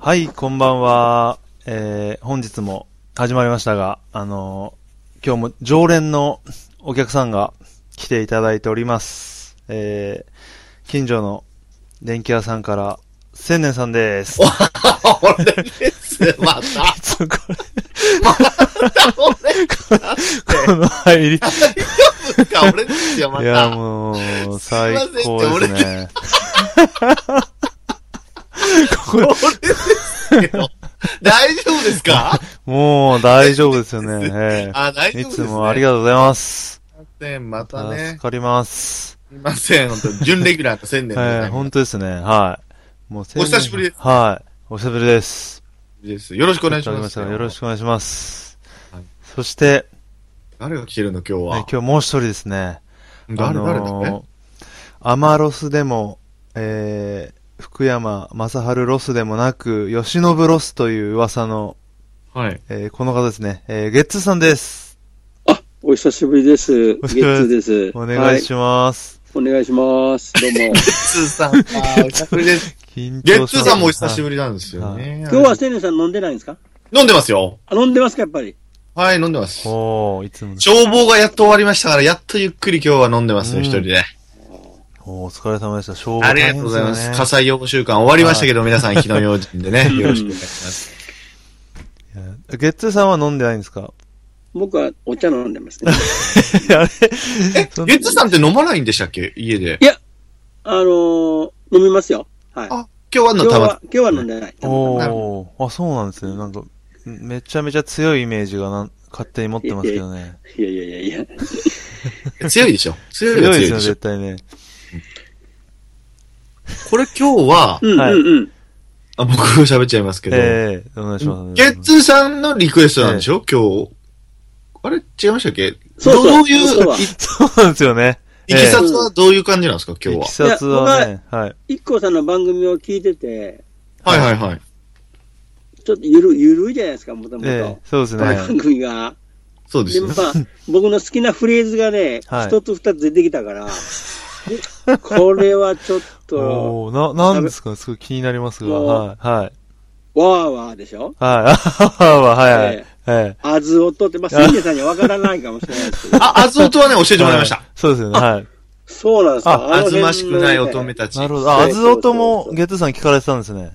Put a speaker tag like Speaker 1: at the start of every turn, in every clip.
Speaker 1: はい、こんばんは。えー、本日も始まりましたが、あのー今日も常連のお客さんが来ていただいております。えー、近所の電気屋さんから、千年さんです。
Speaker 2: 俺です。また、
Speaker 1: そうこれ
Speaker 2: 俺
Speaker 1: この入り。い
Speaker 2: か、俺ですよ、ま
Speaker 1: や、
Speaker 2: た。
Speaker 1: もう、
Speaker 2: すいません
Speaker 1: 最高ですね。これ
Speaker 2: 大丈夫ですか
Speaker 1: もう大丈夫ですよ ね。え
Speaker 2: あ、大
Speaker 1: え
Speaker 2: 丈夫
Speaker 1: い
Speaker 2: です、
Speaker 1: つ
Speaker 2: ね。
Speaker 1: もありがとうございます。
Speaker 2: とう。また
Speaker 1: 助
Speaker 2: ね、
Speaker 1: かります。
Speaker 2: すいません、本当に準レギュラーの千年でござい
Speaker 1: え
Speaker 2: ま
Speaker 1: え、
Speaker 2: す
Speaker 1: 本当ですね。はい。もう
Speaker 2: お久しぶりです
Speaker 1: はい。お久しぶりです。
Speaker 2: です。よろしくお願い
Speaker 1: い
Speaker 2: し
Speaker 1: ただき
Speaker 2: ま
Speaker 1: まし
Speaker 2: す。
Speaker 1: たよろしくお願いします。
Speaker 2: はい
Speaker 1: そして、
Speaker 2: 誰が来てるの、今日
Speaker 1: え
Speaker 2: は。
Speaker 1: 今日もう一人ですね。
Speaker 2: 誰、誰だね。
Speaker 1: ーアマロスでも、えー、福山雅治ロスでもなく、吉信ロスという噂の、
Speaker 2: はい。
Speaker 1: えーこの方ですね。えー、ゲッツーさんです。
Speaker 3: お久しぶりです。ゲ
Speaker 1: お
Speaker 3: ッ
Speaker 1: 久し
Speaker 3: ツ
Speaker 1: ぶり
Speaker 3: ーです。
Speaker 1: お願い
Speaker 3: ま
Speaker 1: します。
Speaker 3: す。お願いします。どうも。
Speaker 2: ツーさん。あーお久しぶり です。
Speaker 1: 緊
Speaker 2: ゲッ
Speaker 1: 張し
Speaker 2: ツーさんもお久しぶりなんですよね。
Speaker 3: 今日は千年さん飲んでないんですか
Speaker 2: 飲んでますよ。
Speaker 3: あ飲んでますかやっぱり。
Speaker 2: はい、飲んでます。
Speaker 1: おー、いつもの。
Speaker 2: 消防がやっと終わりましたから、やっとゆっくり今日は飲んでますよ、
Speaker 1: うん
Speaker 2: 一人で。
Speaker 1: おーお疲れ様でした。勝負
Speaker 2: ありがとうございま
Speaker 1: 大
Speaker 2: す。
Speaker 1: 変で
Speaker 2: 火災予防週間終わりましたけど、皆さん、火の用心でね、よろしくお願い します。
Speaker 1: よねいやゲッツーさんは飲んでないんですか
Speaker 3: 僕はお茶飲んでますね。
Speaker 1: あれ
Speaker 2: え、ゲッツさんって飲まないんでしたっけ家で。
Speaker 3: あのー、飲みますよ。は
Speaker 2: あ、
Speaker 3: い。
Speaker 2: 今日はあんの
Speaker 3: 今日
Speaker 2: た
Speaker 3: は
Speaker 2: ま、
Speaker 3: 今日は飲んでない。
Speaker 1: おお、あ、そうなんですね。なんか、めちゃめちゃ強いイメージがなん勝手に持ってますけどね。
Speaker 3: いやいやいやいや。
Speaker 2: 強いでしょ。強い
Speaker 1: 強
Speaker 2: はい
Speaker 1: です
Speaker 2: 強い
Speaker 1: よ、
Speaker 2: でしょ
Speaker 1: 絶。対ね。
Speaker 2: これ今日は
Speaker 3: う、ん
Speaker 1: はい
Speaker 3: うんうん。
Speaker 2: あ僕喋っちゃいますけど、
Speaker 1: ええお願いします。
Speaker 2: ゲッツーさんのリクエストなんでしょ今日。あれ違いましたっけ
Speaker 3: そうそう
Speaker 2: どういう
Speaker 3: そう、
Speaker 1: そうなんですよね。
Speaker 2: いきさつはどういう感じなんですか今日
Speaker 1: い
Speaker 2: は
Speaker 1: き。さつはね、はい。
Speaker 3: 一光さんの番組を聞いてて、
Speaker 2: はいはいはい。
Speaker 3: ちょっとゆる、ゆるいじゃないですか、もともと。
Speaker 1: ええそうです
Speaker 3: この番
Speaker 1: ね。
Speaker 3: 組が。
Speaker 2: そうで
Speaker 3: で、
Speaker 2: す
Speaker 3: ま
Speaker 2: ね。
Speaker 3: あ、僕の好きなフレーズがね、一、
Speaker 1: はい
Speaker 3: つ二つ出てきたから、これはちょっと、
Speaker 1: おおな、なんですかすごい気になりますが。
Speaker 3: もう
Speaker 1: はい、はい。
Speaker 3: わーわーでし
Speaker 1: は
Speaker 3: ょ
Speaker 1: い、あはは、はい、はい
Speaker 3: え。
Speaker 1: え
Speaker 3: あずおとって、まあ、千年さんにはわからないかもしれないで すけど、
Speaker 2: あ、あずおとはね、教え
Speaker 1: え
Speaker 2: てもらいました。。
Speaker 1: そうですよね、はい。
Speaker 3: そうなんです
Speaker 1: あ
Speaker 3: か。の
Speaker 2: あず
Speaker 3: 辺
Speaker 2: ましくない乙女
Speaker 3: ね。
Speaker 2: たち。
Speaker 1: なるほ
Speaker 2: あ
Speaker 1: ど。あ、あずおともゲッツーさん聞かれてたんですね。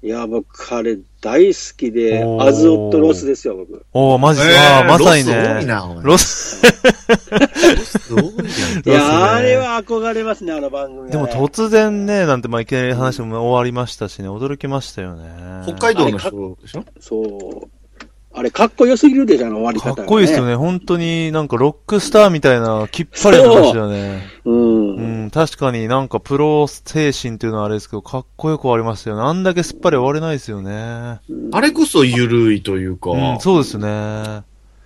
Speaker 3: いや、僕、あれ大好きで
Speaker 1: お、ー
Speaker 3: あずおとロスですよ、僕。
Speaker 1: おおマジで、あーまさにね。
Speaker 2: ロ
Speaker 1: ロス、
Speaker 2: ス多いな、おい。ロス多いな。
Speaker 3: い
Speaker 1: ロスね
Speaker 3: や、あれは憧れますね、あの番組はね。
Speaker 1: でも突然ね、なんて、まあ、いきなり話も終わりましたしね、驚きましたよね。
Speaker 2: 北海道の人でしょ
Speaker 3: そう。あれ、かっこよすぎるでしょ、あの終わり方
Speaker 1: か
Speaker 3: が、
Speaker 1: っこいいですよ。ね。本当になんかロックスターみたいな、きっぱりな話だね。
Speaker 3: うん。
Speaker 1: うん、確かになんかプロ精神っていうのはあれですけど、かっこよくはありましたよね。あんだけすっぱり終われないですよね。
Speaker 2: あれこそ緩いというか、
Speaker 1: うん、そうですね。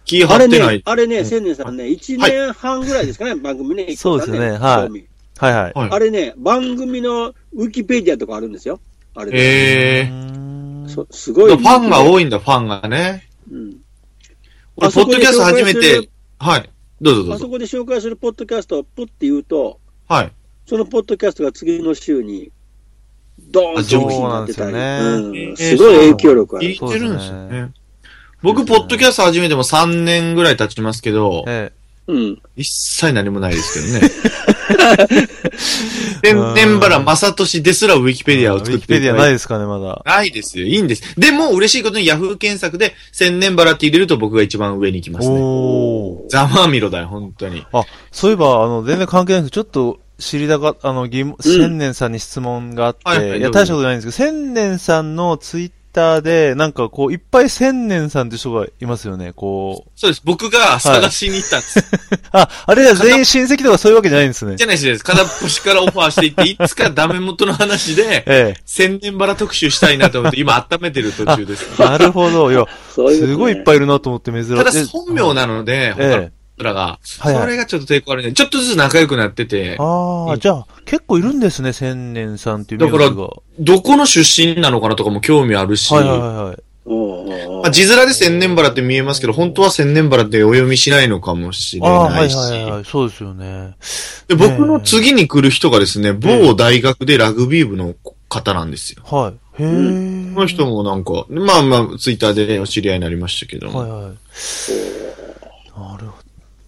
Speaker 2: 気
Speaker 3: あ
Speaker 2: 張
Speaker 3: れ
Speaker 2: ってない
Speaker 3: ね。、あれね、千年さんね、1年半ぐらいですかね、番組ね。
Speaker 1: そうですね
Speaker 3: 一個さん
Speaker 1: はい
Speaker 3: 興味
Speaker 1: はいはい。
Speaker 2: はい
Speaker 3: あれね、番組のウィキペディアとかあるんですよ。あれね。
Speaker 2: え
Speaker 1: う
Speaker 2: ー
Speaker 1: ん
Speaker 3: そすごい。
Speaker 2: ファンが多いんだ、ファンがね。
Speaker 3: うん。
Speaker 2: 俺、ポ
Speaker 3: あそ
Speaker 2: ッ
Speaker 3: こ
Speaker 2: ド
Speaker 3: で
Speaker 2: キャスト初め
Speaker 3: 紹介す
Speaker 2: て、はい。どうぞど
Speaker 3: あ
Speaker 2: う
Speaker 3: そ
Speaker 2: ぞ。
Speaker 3: こで紹介するポッドキャストをプッて言うと、
Speaker 2: はい。
Speaker 3: そのポッドキャストが次の週に、ドーンと上位になってたり、
Speaker 1: あ上位
Speaker 3: うん
Speaker 2: ですよね
Speaker 3: すごい影響力あ
Speaker 2: 聞
Speaker 3: る
Speaker 2: い。てるんですよ
Speaker 1: そうです
Speaker 2: ね。僕、ポッドキャスト始めても3年ぐらい経ちますけど、
Speaker 1: え
Speaker 3: うん。
Speaker 2: 一切何もないです けどね。天原正俊ですらウィキ
Speaker 1: え。
Speaker 2: ペディアを
Speaker 1: ウ
Speaker 2: 作
Speaker 1: ィ
Speaker 2: っ
Speaker 1: キペ
Speaker 2: て
Speaker 1: ディアないですかね、まだ。
Speaker 2: ないですよ。いいんです。でも、嬉しいことに Yahoo 検索で、千年バラって入れると僕が一番上に行きますね。
Speaker 1: おー。
Speaker 2: ざまあみろだよ、本当に。
Speaker 1: あ、そういえば、あの、全然関係ないんですけど、ちょっと知りたかった、あの、疑問、千年さんに質問があって、
Speaker 2: はい
Speaker 1: い
Speaker 2: はい
Speaker 1: や、大したことないんですけど、千年さんのツイッターで、なんかこう、いっぱい千年さんって人がいますよね、こう。
Speaker 2: そうです。僕が探しに行ったんです。
Speaker 1: あ、あれは全員親戚とかそういうわけじゃないんですね
Speaker 2: じ。ゃないしです。片っ端からオファーしていって、いつかダメ元の話で、
Speaker 1: え
Speaker 2: 千年バラ特集したいなと思って、今温めてる途 中です。
Speaker 1: え。なるほど。いや、
Speaker 3: そういうことね
Speaker 1: すごいいっぱいいるなと思って珍しい。
Speaker 2: ただ、本名なので、他の
Speaker 1: ええ。
Speaker 2: 人らが、そ
Speaker 1: はいはい
Speaker 2: れがちょっと抵抗あるね。ちょっとずつ仲良くなってて、
Speaker 1: ああ、じゃあ、結構いるんですね、千年さんっていう名字が。
Speaker 2: だからどこの出身なのかなとかも興味あるし、
Speaker 1: はいはいはいはい。
Speaker 3: おうおうおう
Speaker 2: まあ、字面で千年バラって見えますけど、本当は千年バラってお読みしないのかもしれ
Speaker 1: ああ、は
Speaker 2: ないいし。
Speaker 1: はいはい。そうですよね。
Speaker 2: で僕の次に来る人がですね、某大学でラグビー部の方なんですよ。
Speaker 1: はい。へえ。
Speaker 2: この人もなんか、まあまあ、ツイッターでお知り合いになりましたけども、
Speaker 1: はいはい。なるほど。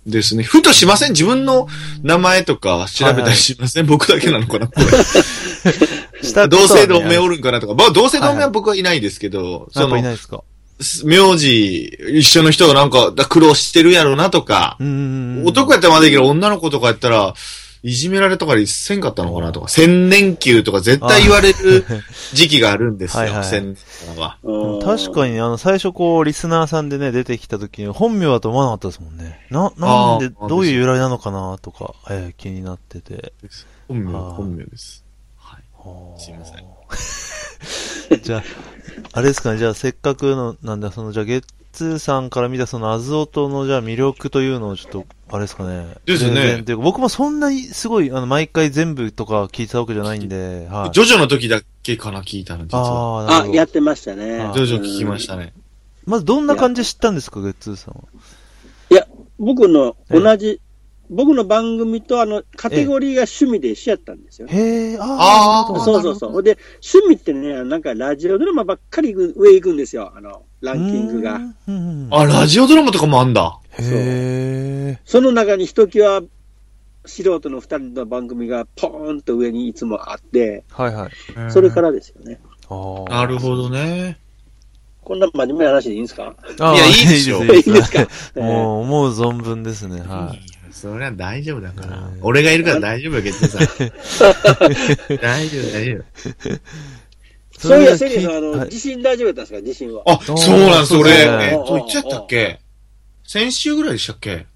Speaker 2: ですね。ふとしません自分の名前とか調べたりしません、僕だけなの かなこれ
Speaker 1: 下
Speaker 2: 同姓同名おるんかなとか。まあ、同姓同名は僕はいないですけど、
Speaker 1: や
Speaker 2: そ
Speaker 1: っぱ
Speaker 2: の
Speaker 1: いな、いですか。
Speaker 2: 名字、一緒の人がなんか、だ苦労してるやろなとか
Speaker 1: う、んうんうん。
Speaker 2: 男やったらまだいいけど、女の子とかやったら、いじめられとかでせんかったのかなとか、千年級とか絶対言われる時期があるんです
Speaker 1: はいは
Speaker 2: よ、
Speaker 1: い
Speaker 2: 千年とかは。
Speaker 1: 確かに、あの、最初こう、リスナーさんでね、出てきた時に、本名だと思わなかったですもんね。な、なんで、
Speaker 2: あー
Speaker 1: どういう由来なのかなとか、えー気になってて。
Speaker 2: 本名、
Speaker 1: あー
Speaker 2: 本名です。はい。
Speaker 1: はあ
Speaker 2: すいませ
Speaker 1: じゃあ、あれですかね、じゃあせっかくの、なんだ、その、じゃあ、ゲッツーさんから見たその、アズオトの、じゃあ魅力というのをちょっと、あれですかね。
Speaker 2: ですね
Speaker 1: プレゼンというか僕もそんなに、すごい、あの、毎回全部とか聞いたわけじゃないんで、はい。
Speaker 2: ジョジョの時だけかな、聞いたの、実は。
Speaker 1: ああ、なる
Speaker 3: あ、
Speaker 1: ほ
Speaker 3: や
Speaker 1: ど
Speaker 3: っ。てましたね
Speaker 1: あ。
Speaker 2: ジョジョ聞きましたね。
Speaker 1: まず、どんな感じで知ったんですか、ゲッツーさんは。
Speaker 3: 僕の同じ、僕の番組とあのカテゴリーが趣味で一緒やったんですよ。
Speaker 1: へえ、あ
Speaker 2: あ
Speaker 1: あ、
Speaker 2: ー
Speaker 1: なるほ
Speaker 3: そ
Speaker 1: ど
Speaker 3: うそうそう。ほんで、趣味ってね、なんかラジオドラマばっかり行く上行くんですよ、あの、ランキングが。。
Speaker 1: うん。
Speaker 2: あ、ラジオドラマとかもあんだ。
Speaker 1: へえ。
Speaker 3: その中にひときわ素人の二人の番組がポーンと上にいつもあって、
Speaker 1: はいはい。
Speaker 3: それからですよね。
Speaker 1: ああ。
Speaker 2: なるほどね。
Speaker 3: こんな真面目な話でいいんですか
Speaker 1: あー
Speaker 2: いやいいです
Speaker 1: い
Speaker 2: よ
Speaker 1: いです
Speaker 3: いい
Speaker 1: か。
Speaker 3: え
Speaker 1: もう、思う存分ですね。はい。
Speaker 2: いやそりゃ大丈夫だから。
Speaker 1: うん
Speaker 2: 俺がいるから大丈夫よ、ゲッ ツーさん。大丈夫、大丈
Speaker 3: そういや、セリフ、あ
Speaker 1: は
Speaker 3: の、
Speaker 1: い
Speaker 3: 地震大丈夫だったんですか地震は。
Speaker 2: 夫。あ、そうなんです、
Speaker 1: そう
Speaker 2: 俺。
Speaker 1: ですね
Speaker 2: えっと、いっちゃったっけ先週ぐらいでしたっけ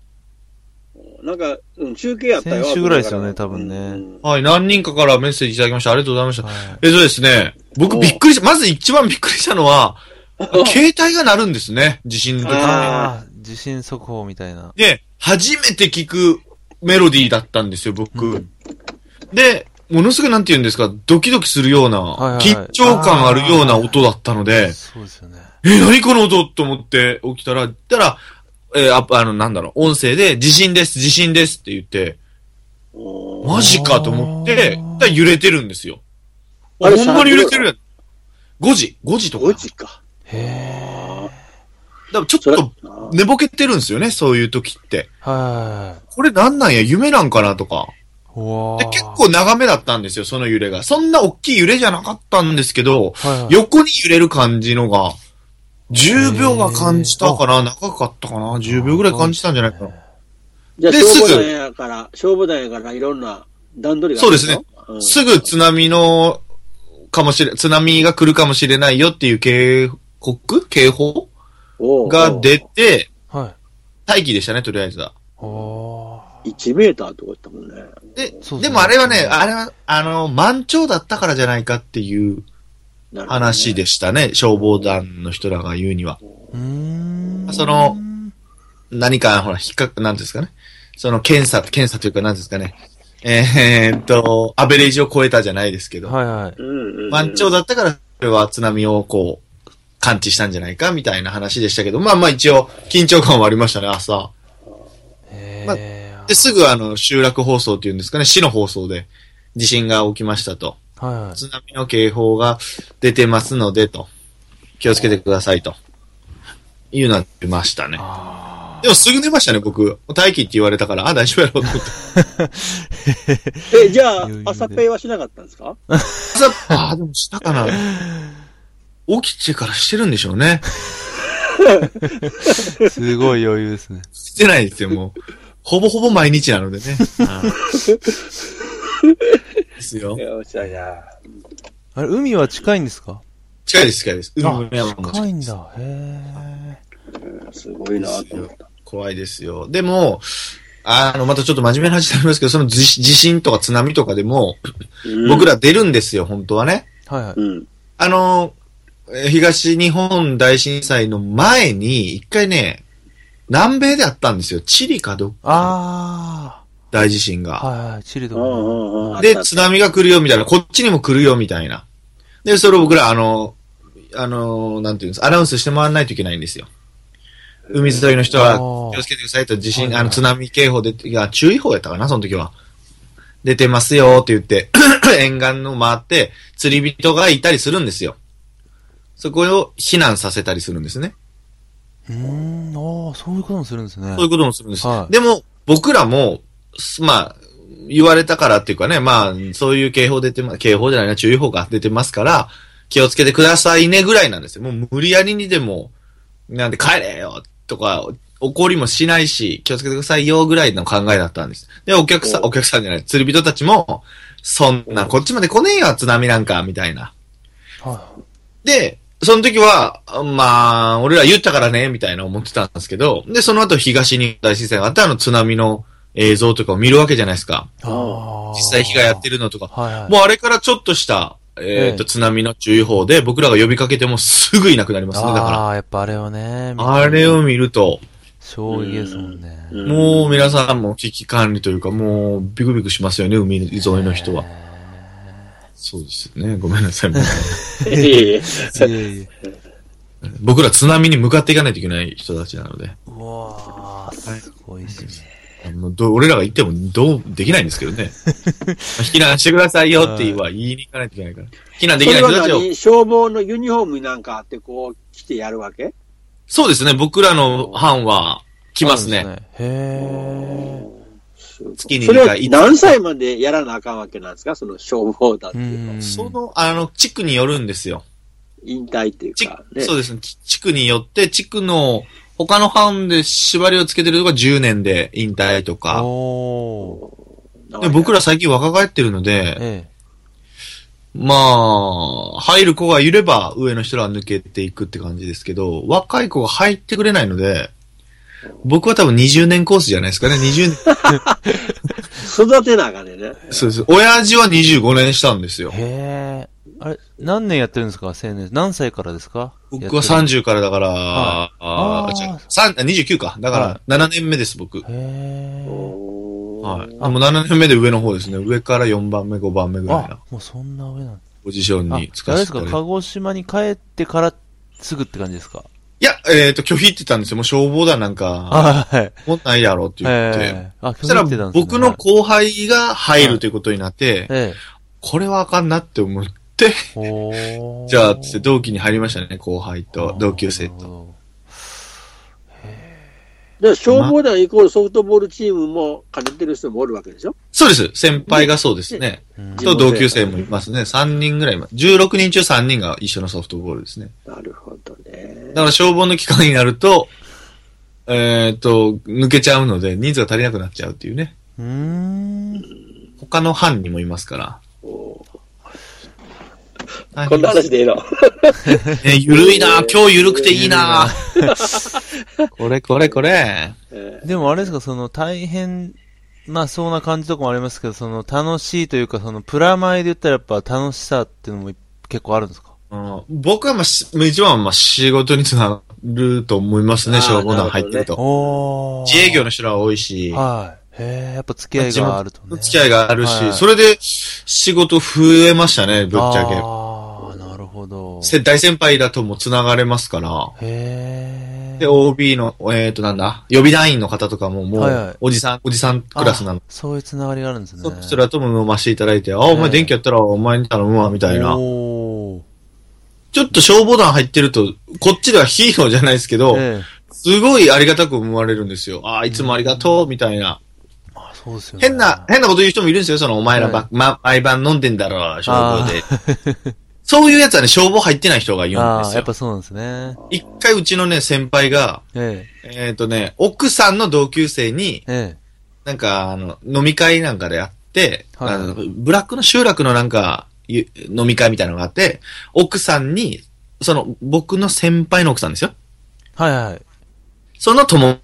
Speaker 3: なんか、うん、中継やったよ。
Speaker 1: 先週ぐらいですよね多分ね
Speaker 3: うん
Speaker 2: はい、何人かからメッセージいただきました。ありがとうございました。
Speaker 1: はい
Speaker 2: えっとですね、僕
Speaker 3: お
Speaker 2: びっくりした、まず一番びっくりしたの は、携帯が鳴るんですね、地震の時
Speaker 3: あ
Speaker 1: ああ、地震速報みたいな。
Speaker 2: で、初めて聞くメロディーだったんですよ、僕。
Speaker 1: うん
Speaker 2: で、ものすごいなんて言うんですか、ドキドキするような、
Speaker 1: はいはい
Speaker 2: 緊張感あるような音だったので、
Speaker 1: そうですよね。
Speaker 2: え、何この音と思って起きたら、言ったら、えーあ、あの、なんだろう、音声で、地震です、地震ですって言って、
Speaker 3: おー
Speaker 2: マジかと思って、
Speaker 1: あー
Speaker 2: だから揺れてるんですよ。
Speaker 3: あ
Speaker 2: あ
Speaker 3: れ
Speaker 2: ほんまに揺れてるやん。5時、5時とか。
Speaker 3: 5時か。
Speaker 1: へえ。
Speaker 2: だからちょっ
Speaker 3: それ
Speaker 2: と
Speaker 3: あ
Speaker 2: 寝ぼけてるんですよね、そういう時って。
Speaker 1: はい。
Speaker 2: これなんなんや、夢なんかなとか。
Speaker 1: うわ
Speaker 2: で、
Speaker 1: ー
Speaker 2: 結構長めだったんですよ、その揺れが。そんな大きい揺れじゃなかったんですけど、
Speaker 1: はいはい
Speaker 2: 横に揺れる感じのが、10秒が感じたかな、長かったかな、10秒ぐらい感じたんじゃないかな。
Speaker 3: じゃあ、
Speaker 2: です
Speaker 3: 消防
Speaker 2: ぐ
Speaker 3: 団やから、消防団やから、いろんな段取りが
Speaker 2: そうですね。すぐ津波の、かもしれ、津波が来るかもしれないよっていう警告警報
Speaker 3: ぐ
Speaker 2: が出て、
Speaker 1: はい。
Speaker 2: 待機でしたね、とりあえずは。
Speaker 1: おお
Speaker 3: 1メーターとか言ったもんね。
Speaker 2: で、で
Speaker 1: そうですね
Speaker 2: もあれはね、あれは、あの、満潮だったからじゃないかっていう
Speaker 3: なるほどね
Speaker 2: 話。でしたね、消防団の人らが言うには。
Speaker 1: ー。うーん。
Speaker 2: その、何か、ほら、引っかか、なんていうんですかね。その、検査、検査というか、なんていうんですかね。えーっと、アベレージを超えたじゃないですけど、
Speaker 1: はいはい。
Speaker 3: うんうんうん。
Speaker 2: 満潮だったから、それは津波をこう、感知したんじゃないか、みたいな話でしたけど、まあまあ一応、緊張感はありましたね、朝。ま
Speaker 1: へ
Speaker 2: で、すぐあの、集落放送っていうんですかね、市の放送で、地震が起きましたと。
Speaker 1: え。はいはい。
Speaker 2: 津波の警報が出てますので、と。気をつけてください、と。いうのは出ましたね。
Speaker 1: あ
Speaker 2: でもすぐ寝ましたね、僕。待機って言われたから、あ、大丈夫やろうと思って。
Speaker 3: え、じゃあ
Speaker 1: 余裕、で
Speaker 3: 朝ペイはしなかったんですか
Speaker 2: 朝、あー、でもしたかな。起きてからしてるんでしょうね。
Speaker 1: あ。すごい余裕ですね。
Speaker 2: してないですよ、もう。ほぼほぼ毎日なのでね。あーですよ。
Speaker 3: よっしゃ、じゃ
Speaker 1: あれ、海は近いんですか
Speaker 2: 近いです、近いです。海も山も
Speaker 1: 近いんだ。へ
Speaker 3: すごいなと思った。
Speaker 2: 怖いですよ。でも、あの、またちょっと真面目な話になりますけど、その地地震とか津波とかでも、
Speaker 3: うん
Speaker 2: 僕。ら出るんですよ、本当はね。
Speaker 1: え。はいはい。
Speaker 3: うん。
Speaker 2: あの、えー東日本大震災の前に、一回ね、南米であったんですよ。チリかどっか
Speaker 1: あ
Speaker 2: 大地震
Speaker 1: あ。
Speaker 2: が。
Speaker 1: はいはい。チリと
Speaker 3: うんうんうん
Speaker 2: で、津波が来るよ、みたいな。こっちにも来るよ、みたいな。で、それを僕ら、あの、あの、なんていうんですアナウンスしてもらわないといけないんですよ。海沿いの人は
Speaker 1: あー
Speaker 2: 気をつけてくださいと地
Speaker 1: はい
Speaker 2: 震、
Speaker 1: はい
Speaker 2: あの、津波警報で、いや、注意報やったかな、その時は。出てますよって言って、 沿岸の回って、釣り人がいたりするんですよ。そこを避難させたりするんですね。
Speaker 1: うーん、ああ、そういうこともするんですね。
Speaker 2: そういうこともするんです。
Speaker 1: はい
Speaker 2: でも、僕らも、すまあ、言われたからっていうかね、まあ、そういう警報出てま、警報じゃないな、注意報が出てますから、気をつけてくださいねぐらいなんですよ。もう無理やりにでも、なんで帰れよとか、怒りもしないし、気をつけてくださいよぐらいの考えだったんです。で、お客さん、
Speaker 3: お
Speaker 2: お客さんじゃない、釣り人たちも、そんな、こっちまで来ねえよ、津波なんか、みたいな。
Speaker 1: はい
Speaker 2: で、その時は、まあ、俺ら言ったからね、みたいな思ってたんですけど、で、その後東日本大震災があったあの津波の映像とかを見るわけじゃないですか。
Speaker 1: ああ
Speaker 2: 実際被害やって
Speaker 1: る。
Speaker 2: るのとか。
Speaker 1: はいはい。
Speaker 2: もうあれからちょっとした、えっ、
Speaker 1: え
Speaker 2: と、
Speaker 1: え
Speaker 2: 津波の注意報で僕らが呼びかけてもすぐいなくなりますね、だか
Speaker 1: ああ、やっぱあれをね、
Speaker 2: ら。あれを見ると、
Speaker 1: 衝撃ですもんね。
Speaker 3: うん
Speaker 2: もう皆さんも危機管理というか、もうビクビクしますよね、海沿いの人は。そうですよね。ごめんな さい。もう
Speaker 3: いえいえ
Speaker 1: いえいえ。
Speaker 2: 僕ら津波に向かっていかないといけない人たちなので。
Speaker 1: うわあ、すごいですね。
Speaker 2: あのどう俺らが言ってもどうできないんですけどね。避難してくださいよって言えば言いに行かないといけないから。避難でき
Speaker 3: そ
Speaker 2: ない
Speaker 3: れは
Speaker 2: 人たちを。
Speaker 3: 何消防のユニフォームなんかあって、こう、着てやるわけ
Speaker 2: そうですね、僕らの班は来ますね。
Speaker 1: そうですね。
Speaker 2: 月に
Speaker 3: それ
Speaker 2: 2
Speaker 3: は
Speaker 2: 回。いつ
Speaker 3: 何歳までやらなあかんわけなんですかその消防団っ
Speaker 1: へ
Speaker 3: ていうのは
Speaker 1: え。
Speaker 2: その、あの、地区によるんですよ。
Speaker 3: 引退っていう
Speaker 2: 地
Speaker 3: か、ね。
Speaker 2: そうですね、地地区によって、地区の他の班で縛りをつけてるとか10年で引退と
Speaker 1: か。
Speaker 2: か。
Speaker 1: おー。
Speaker 2: で僕ら最近若返ってるので、
Speaker 1: え
Speaker 2: まあ、入る子がいれば上の人らは抜けていくって感じですけど、若い子が入ってくれないので、僕は多分20年コースじゃないですかね。20年。
Speaker 3: 育てなあかんねんね。
Speaker 2: そうです。親父は25年したんですよ
Speaker 1: え。。へえ。あれ、何年やってるんですか青年。何歳からですか
Speaker 2: 僕は
Speaker 1: やって
Speaker 2: 30からだから、あ
Speaker 1: あー
Speaker 2: ー違う三あ29か。だか
Speaker 1: は
Speaker 2: ら7年目です、僕。
Speaker 1: るへえ。
Speaker 2: はい。
Speaker 3: は
Speaker 2: あ、もう7年目で上の方ですね。上から4番目、5番目ぐらい
Speaker 1: あ
Speaker 2: な、
Speaker 1: もうそんな上なん
Speaker 2: ポジション
Speaker 1: だ。あ、あれ
Speaker 2: に
Speaker 1: で
Speaker 2: つか
Speaker 1: す
Speaker 2: せて
Speaker 1: か
Speaker 2: いただいて
Speaker 1: 鹿児島に帰ってからすぐって感じですか
Speaker 2: いや、えっ、と、拒否って言ったんですよ。もう消防団なんか、
Speaker 1: あ、はい。
Speaker 2: もうないやろって言って。
Speaker 1: ええあ、
Speaker 2: そしたら
Speaker 1: 今日見てたんですね
Speaker 2: 僕の後輩が入るということになっ
Speaker 1: え
Speaker 2: て、
Speaker 1: え。
Speaker 2: これはあかんなって思って、
Speaker 1: おー
Speaker 2: じゃあ、つって同期に入りましたね、後輩と、同級生と。
Speaker 1: と。
Speaker 3: い。で、消防団イコールソフトボールチームも兼ねてる人もおるわけでしょ
Speaker 2: そうです。先輩がそうですね。
Speaker 1: うん
Speaker 3: 自
Speaker 2: と
Speaker 3: 分
Speaker 2: 同級生もいますね。3人ぐらいいます。16人中3人が一緒のソフトボールですね。
Speaker 3: なるほどね
Speaker 2: だ。から消防の期間になると、えっ、と、抜けちゃうので、人数が足りなくなっちゃうっていうね。
Speaker 1: うーん。
Speaker 2: 他の班にもいますから。
Speaker 3: おー
Speaker 2: 大
Speaker 3: こん
Speaker 2: 変
Speaker 3: な話でいいの
Speaker 2: ですね。ゆるいな今日ゆるくていいなこれこれこれ。
Speaker 3: え
Speaker 1: でもあれですか、その大変、まあそうな感じとかもありますけど、その楽しいというか、そのプラマイで言ったらやっぱ楽しさっていうのも結構あるんですか
Speaker 2: うん僕はまあ、し一番はまあ仕事につながると思います
Speaker 3: あ
Speaker 2: ね、
Speaker 3: ー
Speaker 2: 消防団入ってると。
Speaker 1: おー。
Speaker 2: 自営業の人らは多いし、
Speaker 1: はい。へえ、やっぱ付き合いがあるとね。
Speaker 2: 付き合いがあるし、
Speaker 1: はい
Speaker 2: それで仕事増えましたね、ぶっちゃけ。
Speaker 1: ああ、なるほど。
Speaker 2: せ大先輩だともつながれますから。
Speaker 1: へえ。
Speaker 2: で、OB の、えっ、と、なんだ、予備団員の方とかもも、
Speaker 1: はいはいう
Speaker 2: おじさん、おじさんクラスなの
Speaker 1: あ。そういうつながりがあるんですね。
Speaker 2: その人らとも飲ましていただいて、あ、お
Speaker 1: ええ
Speaker 2: 前電気やったらお前に頼むわ、みたいな。
Speaker 1: おー。
Speaker 2: ちょっと消防団入ってると、こっちではヒーローじゃないですけど、
Speaker 1: ええ。
Speaker 2: すごいありがたく思われるんですよ。あ、いつもありがとう、みたいな。
Speaker 1: まあそうですよね。
Speaker 2: 変な、変なこと言う人もいるんですよ。その、お前らば、ま、毎晩飲んでんだろ、消防で。 そういうやつはね、消防入ってない人が言うん
Speaker 1: あ
Speaker 2: で
Speaker 1: あ、
Speaker 2: す
Speaker 1: や
Speaker 2: よ
Speaker 1: っ。ぱそうなんですね。
Speaker 2: 一回うちのね、先輩が、
Speaker 1: え
Speaker 2: えっ、とね、奥さんの同級生に
Speaker 1: え、、え
Speaker 2: なんか、あの、飲み会なんかであって、
Speaker 1: はい
Speaker 2: あの、ブラックの集落のなんか、ゆ飲み会みたいなのがあって、奥さんに、その、僕の先輩の奥さんですよ。
Speaker 1: え。はいはい。
Speaker 2: その友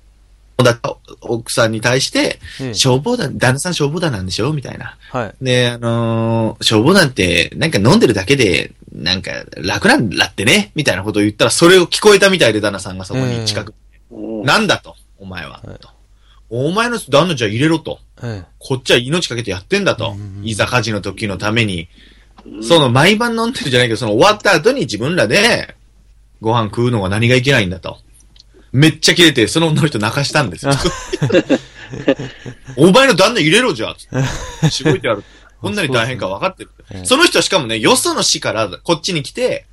Speaker 2: 達、奥さんに対して、
Speaker 1: ええ
Speaker 2: 消防団、旦那さん消防団なんでしょみたいな。
Speaker 1: はい。
Speaker 2: で、あのー消防団って、なんか飲んでるだけで、なんか楽なんだってね、みたいなことを言ったら、それを聞こえたみたいで、旦那さんがそこに近く。
Speaker 3: ー
Speaker 2: なんだと、お前は。
Speaker 1: はい
Speaker 2: とお前の旦那じゃ入れろと。
Speaker 1: え
Speaker 2: こっちは命かけてやってんだと
Speaker 1: うんうんう。ん
Speaker 2: いざ火事の時のために。その毎晩飲んでるじゃないけど、その終わった後に自分らでご飯食うのが何がいけないんだと。めっちゃ切れて、その女の人泣かしたんですよ。お前の旦那入れろじゃあつ って。しごいてやる。こんなに大変か分かってる
Speaker 1: ええ。
Speaker 2: その人はしかもね、よその市からこっちに来て、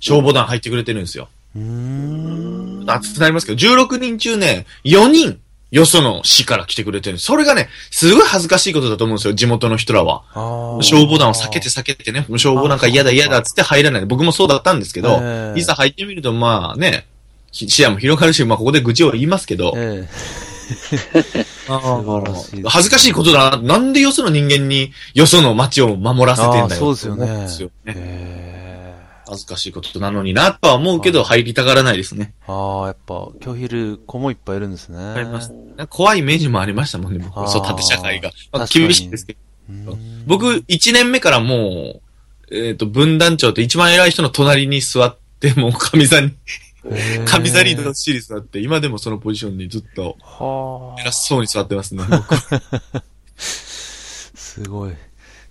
Speaker 2: 消防団入ってくれてるんですよ。
Speaker 1: うーん。
Speaker 2: 熱くなりますけど、16人中ね、4人、よその市から来てくれてる。それがね、すごい恥ずかしいことだと思うんですよ、地元の人らは。消防団を避けて避けてね、もう消防団から嫌だ嫌だっつって入らない。僕もそうだったんですけど、
Speaker 1: ええ
Speaker 2: いざ入ってみると、まあね、ひ視野も広がるし、まあここで愚痴を言いますけど、
Speaker 1: ええ。晴らしいです
Speaker 2: 恥ずかしいことだな。なんでよその人間によその町を守らせてんだよ。
Speaker 1: あーそうですよね
Speaker 2: 思うんですよね
Speaker 1: ええ。
Speaker 2: 恥ずかしいことなのになとは思うけど、入りたがらないですね。
Speaker 1: ああ、やっぱ、今日昼、子もいっぱいいるんですね。
Speaker 2: わかります。なんか怖いイメージもありましたもんね、僕
Speaker 1: あー
Speaker 2: は。そう、縦社会が。まあ、
Speaker 1: 確かに
Speaker 2: 厳しいですけど。
Speaker 1: うーん
Speaker 2: 僕、1年目からもう、えっ、と、分団長って一番偉い人の隣に座って、もう、神座に、
Speaker 1: へー
Speaker 2: 神座リードのシリーズだって、今でもそのポジションにずっと
Speaker 1: はあ
Speaker 2: 偉。そうに座ってますね。僕
Speaker 1: すごい。